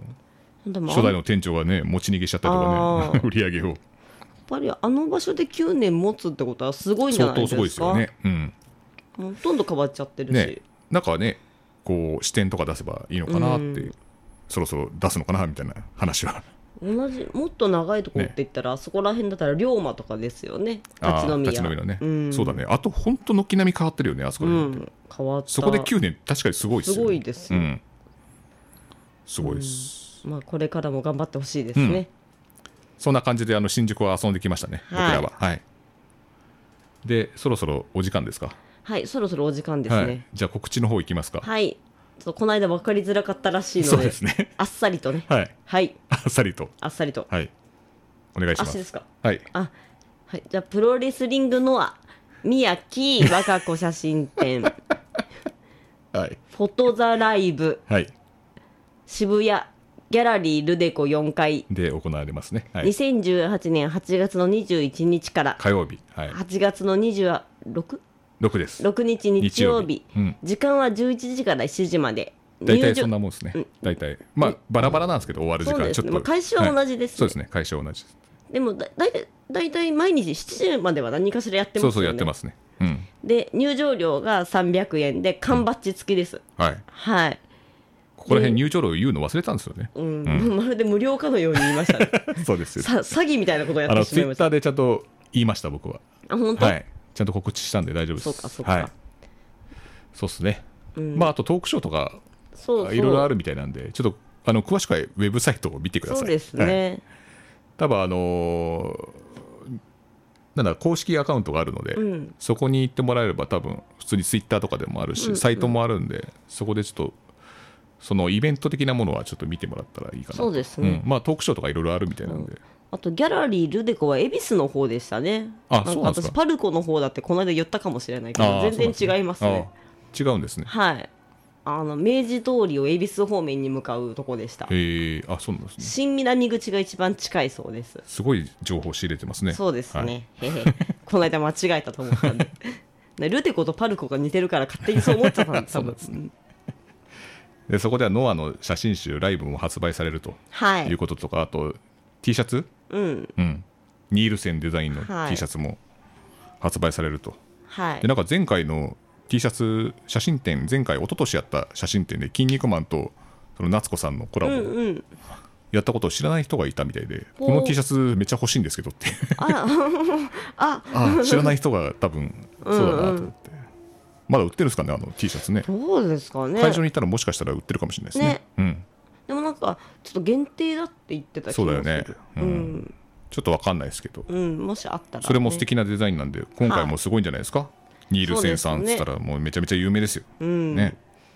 [SPEAKER 2] でもあ
[SPEAKER 1] 初
[SPEAKER 2] ん
[SPEAKER 1] 代
[SPEAKER 2] やっ
[SPEAKER 1] の店長がね持ち逃げしちゃったりとかね
[SPEAKER 2] あー
[SPEAKER 1] [laughs] 売り上げを
[SPEAKER 2] ぱりあの場所で9年持つってことはすごいんじゃ
[SPEAKER 1] 相
[SPEAKER 2] ないで
[SPEAKER 1] 当
[SPEAKER 2] す
[SPEAKER 1] す
[SPEAKER 2] か
[SPEAKER 1] ごいですよねうん
[SPEAKER 2] もうほとんど変わっちゃってるし、
[SPEAKER 1] ねなんかねこう視点とか出せばいいのかなって、
[SPEAKER 2] う
[SPEAKER 1] そろそろ出すのかなみたいな話は
[SPEAKER 2] 同じもっと長いとこって言ったら、あそこら辺だったら龍馬とかですよね立ち飲み
[SPEAKER 1] あー
[SPEAKER 2] 屋
[SPEAKER 1] 立ち飲みのね、
[SPEAKER 2] ん
[SPEAKER 1] そうだねあと本当軒並み変わってるよねあそこ
[SPEAKER 2] う
[SPEAKER 1] ら辺って
[SPEAKER 2] ん変わった
[SPEAKER 1] そこで9年確かにすごいですよ、
[SPEAKER 2] す
[SPEAKER 1] ね、
[SPEAKER 2] ごいですよ
[SPEAKER 1] うん、すごいです、
[SPEAKER 2] まあこれからも頑張ってほしいですね、
[SPEAKER 1] そんな感じであの新宿は遊んできましたね、
[SPEAKER 2] はい
[SPEAKER 1] 僕らははいでそろそろお時間ですか
[SPEAKER 2] はいそろそろお時間です
[SPEAKER 1] は
[SPEAKER 2] ね
[SPEAKER 1] い、じゃあ告知の方行きますか、
[SPEAKER 2] はい、ちょっとこの間分かりづらかったらしいので
[SPEAKER 1] そうですね [laughs]
[SPEAKER 2] あっさりとね
[SPEAKER 1] はい
[SPEAKER 2] はい
[SPEAKER 1] あっさりと
[SPEAKER 2] あっさりと
[SPEAKER 1] はいお願いしま
[SPEAKER 2] 足
[SPEAKER 1] す
[SPEAKER 2] ですか
[SPEAKER 1] はい
[SPEAKER 2] あはいじゃあプロレスリングノア宮城和歌子写真
[SPEAKER 1] [laughs]
[SPEAKER 2] 展フ
[SPEAKER 1] はい
[SPEAKER 2] ォトザライブ
[SPEAKER 1] はい
[SPEAKER 2] 渋谷ギャラリールデコ4階
[SPEAKER 1] で行われますね、はい、
[SPEAKER 2] 2018年8月の21日から
[SPEAKER 1] 火曜日、はい、
[SPEAKER 2] 8月の 26?6
[SPEAKER 1] 6です
[SPEAKER 2] 日日曜日
[SPEAKER 1] 日曜日うん
[SPEAKER 2] 時間は11時から7時まで
[SPEAKER 1] 大体
[SPEAKER 2] 入場
[SPEAKER 1] そんなもんですね、大体まあバラバラなんですけど終わる時
[SPEAKER 2] そう
[SPEAKER 1] 間
[SPEAKER 2] で
[SPEAKER 1] ち
[SPEAKER 2] す
[SPEAKER 1] ょっ
[SPEAKER 2] ね
[SPEAKER 1] と、
[SPEAKER 2] まあ開始は同じですね
[SPEAKER 1] そうですね会社は同じです
[SPEAKER 2] でもだだいだいたい毎日7時までは何かしらやってます
[SPEAKER 1] そ
[SPEAKER 2] よ
[SPEAKER 1] う
[SPEAKER 2] ね
[SPEAKER 1] そうやってますねうん
[SPEAKER 2] で入場料が300円で缶バッジ付きです、
[SPEAKER 1] はい
[SPEAKER 2] はい、
[SPEAKER 1] ここら辺入場料言うの忘れたんですよね
[SPEAKER 2] うん [laughs] まるで無料かのように言いました
[SPEAKER 1] [laughs]
[SPEAKER 2] ね
[SPEAKER 1] そうですよ
[SPEAKER 2] さ詐欺みたいなことをやっ
[SPEAKER 1] あ
[SPEAKER 2] て
[SPEAKER 1] の
[SPEAKER 2] し
[SPEAKER 1] ツ
[SPEAKER 2] まい
[SPEAKER 1] イ
[SPEAKER 2] ま
[SPEAKER 1] ッ
[SPEAKER 2] した
[SPEAKER 1] ターでちゃんと言いました僕は
[SPEAKER 2] あ本当、
[SPEAKER 1] はいちゃんと告知したんで大丈夫です
[SPEAKER 2] そうかそうか
[SPEAKER 1] はい、そうっすね、まああとトークショーとか
[SPEAKER 2] そうそう
[SPEAKER 1] いろいろあるみたいなんでちょっとあの詳しくはウェブサイトを見てください
[SPEAKER 2] そうです
[SPEAKER 1] はい、
[SPEAKER 2] ね、
[SPEAKER 1] 多分あのーなんだ公式アカウントがあるので、
[SPEAKER 2] ん
[SPEAKER 1] そこに行ってもらえれば多分普通にツイッターとかでもあるし、サイトもあるんでそこでちょっとそのイベント的なものはちょっと見てもらったらいいかなと
[SPEAKER 2] そうですね
[SPEAKER 1] んまあトークショーとかいろいろあるみたいなんで、
[SPEAKER 2] あとギャラリールデコは恵比寿の方でしたね
[SPEAKER 1] あそうなんですか
[SPEAKER 2] 私パルコの方だってこの間言ったかもしれないけ
[SPEAKER 1] あ
[SPEAKER 2] ど
[SPEAKER 1] ー
[SPEAKER 2] 全然違いますね
[SPEAKER 1] そうなんですねあ
[SPEAKER 2] はいあの明治通りを恵比寿方面に向かうとこでした
[SPEAKER 1] ー違うんですねへえあそうなんですね
[SPEAKER 2] 新南口が一番近いそうです
[SPEAKER 1] すごい情報仕入れてますね
[SPEAKER 2] そうです
[SPEAKER 1] はい
[SPEAKER 2] ね、へへこの間間違えたと思
[SPEAKER 1] [laughs]
[SPEAKER 2] ったんでねルデコとパルコが似てるから勝手にそう思っちゃったんで多
[SPEAKER 1] [laughs] そう
[SPEAKER 2] 分
[SPEAKER 1] ですでそこではノアの写真集ライブも発売されると
[SPEAKER 2] はいいう
[SPEAKER 1] こととか、あと T シャツ、
[SPEAKER 2] うん
[SPEAKER 1] うん、ニールセンデザインの
[SPEAKER 2] はい
[SPEAKER 1] T シャツも発売されると、
[SPEAKER 2] はい
[SPEAKER 1] でなんか前回の T シャツ写真展前回一昨年やった写真展で「キン肉マン」とその夏子さんのコラ
[SPEAKER 2] うん
[SPEAKER 1] ボ
[SPEAKER 2] うん
[SPEAKER 1] やったことを知らない人がいたみたいで「
[SPEAKER 2] ほう
[SPEAKER 1] この T シャツめっちゃ欲しいんですけど」って
[SPEAKER 2] ああ
[SPEAKER 1] [laughs] あ知らない人が多分そうだなと思ってまだ売ってるんですかねあの T シャツね
[SPEAKER 2] どうですかね
[SPEAKER 1] 会場に行ったらもしかしたら売ってるかもしれないですね
[SPEAKER 2] ね
[SPEAKER 1] うん
[SPEAKER 2] でもなんかちょっと限定だって言ってた気がす
[SPEAKER 1] そう
[SPEAKER 2] る
[SPEAKER 1] だよねう
[SPEAKER 2] うんん、
[SPEAKER 1] ちょっとわかんないですけど
[SPEAKER 2] うん、もしあったら、ね、
[SPEAKER 1] それも素敵なデザインなんで今回もすごいんじゃないですかニールセンさんっつったらもうめちゃめちゃ有名ですよ
[SPEAKER 2] うん、
[SPEAKER 1] ね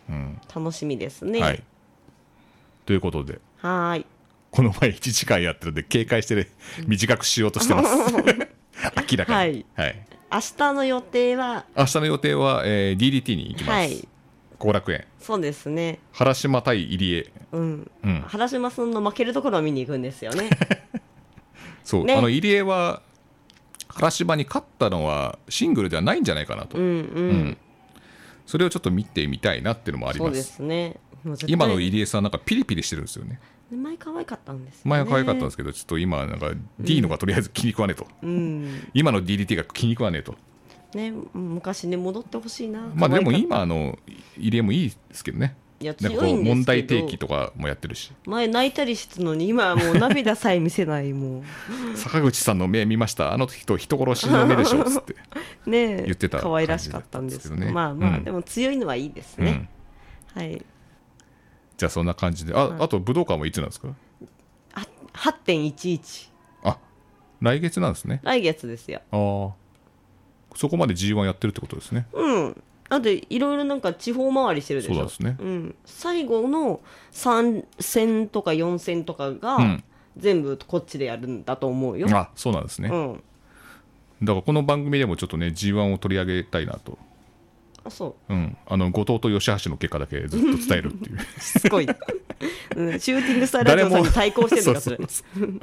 [SPEAKER 1] うん
[SPEAKER 2] 楽しみですね
[SPEAKER 1] はい。ということで、
[SPEAKER 2] はーい
[SPEAKER 1] この前1時間やってるんで、警戒して、ね、短くしようとし
[SPEAKER 2] [laughs]
[SPEAKER 1] てます。明らかに。はい。
[SPEAKER 2] 明日の予定は
[SPEAKER 1] 明日の予定は、えー DDT に行きま
[SPEAKER 2] は
[SPEAKER 1] す
[SPEAKER 2] い。
[SPEAKER 1] 後、楽園。
[SPEAKER 2] そうですね
[SPEAKER 1] 原島対入江。
[SPEAKER 2] うん
[SPEAKER 1] うん。
[SPEAKER 2] 原島さんの負けるところを見に行くんですよ
[SPEAKER 1] [laughs]
[SPEAKER 2] ね
[SPEAKER 1] そう。
[SPEAKER 2] ね
[SPEAKER 1] あの、入江は、原島に勝ったのはシングルではないんじゃないかなと。
[SPEAKER 2] うんうん、
[SPEAKER 1] うんそれをちょっと見てみたいなっていうのもあり
[SPEAKER 2] そう
[SPEAKER 1] ます。
[SPEAKER 2] ですねもう絶対
[SPEAKER 1] 今の入江さんなんかピリピリしてるんですよね。
[SPEAKER 2] 前可愛かったんですよね
[SPEAKER 1] 前は可愛かったんですけど、ちょっと今はなんか D のがとりあえず気に食わねえと。
[SPEAKER 2] うん
[SPEAKER 1] 今の DDT が気に食わねえと。
[SPEAKER 2] ね昔に戻ってほしいな
[SPEAKER 1] まあでも
[SPEAKER 2] 可愛かった
[SPEAKER 1] 今あの入江もいいですけどね。
[SPEAKER 2] いや
[SPEAKER 1] なんか
[SPEAKER 2] 強
[SPEAKER 1] こ
[SPEAKER 2] い
[SPEAKER 1] う
[SPEAKER 2] です
[SPEAKER 1] ん
[SPEAKER 2] けど
[SPEAKER 1] 問題提起とかもやってるし、
[SPEAKER 2] 前泣いたりしてたのに今はもう涙さえ見せないも
[SPEAKER 1] 坂口さんの目見ました。あの人人殺しの目でしょっつって。
[SPEAKER 2] う [laughs] ねえ
[SPEAKER 1] [laughs] 言ってた
[SPEAKER 2] 可愛らしかったんですけど
[SPEAKER 1] 感じだったんです
[SPEAKER 2] まあ
[SPEAKER 1] けどね
[SPEAKER 2] まあ、
[SPEAKER 1] うん
[SPEAKER 2] でも強いのはいいです
[SPEAKER 1] う
[SPEAKER 2] ね
[SPEAKER 1] ん、。
[SPEAKER 2] はい
[SPEAKER 1] じゃあそんな感じで、ああと武道館はいつなんですか？
[SPEAKER 2] あ8.11
[SPEAKER 1] あ、来月なんですね。
[SPEAKER 2] 来月ですよ
[SPEAKER 1] ああ、そこまで G1 やってるってことですね。
[SPEAKER 2] うんだっていろいろなんか地方回りしてるでし
[SPEAKER 1] そ
[SPEAKER 2] ょ
[SPEAKER 1] うなんですね。
[SPEAKER 2] うん、最後の3戦とか4戦とか
[SPEAKER 1] う
[SPEAKER 2] が
[SPEAKER 1] ん
[SPEAKER 2] 全部こっちでやるんだと思うよ、
[SPEAKER 1] あ、そうなんですね。
[SPEAKER 2] うん、
[SPEAKER 1] だからこの番組でもちょっとね G1 を取り上げたいなと。
[SPEAKER 2] あそ
[SPEAKER 1] うん、あの後藤と吉橋の結果だけずっと伝え
[SPEAKER 2] [laughs]
[SPEAKER 1] るっていう
[SPEAKER 2] うしつこい、うん、シューティングスタイルラジオさんに対抗してるのかそれ
[SPEAKER 1] [laughs] そうそうそう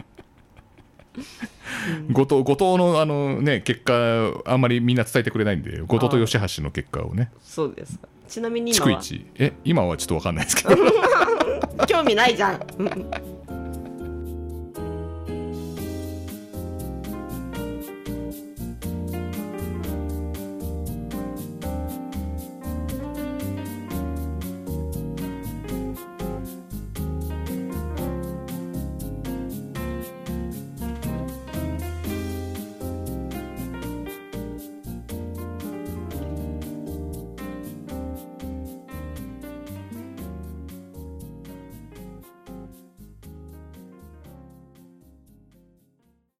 [SPEAKER 1] 後藤後藤のあの、ね、結果あんまりみんな伝えてくれないんで後藤と吉橋の結果をね
[SPEAKER 2] そうですかちなみに今
[SPEAKER 1] 逐
[SPEAKER 2] は
[SPEAKER 1] 一え今はちょっと分かんないですけど
[SPEAKER 2] 興味ないじゃんうん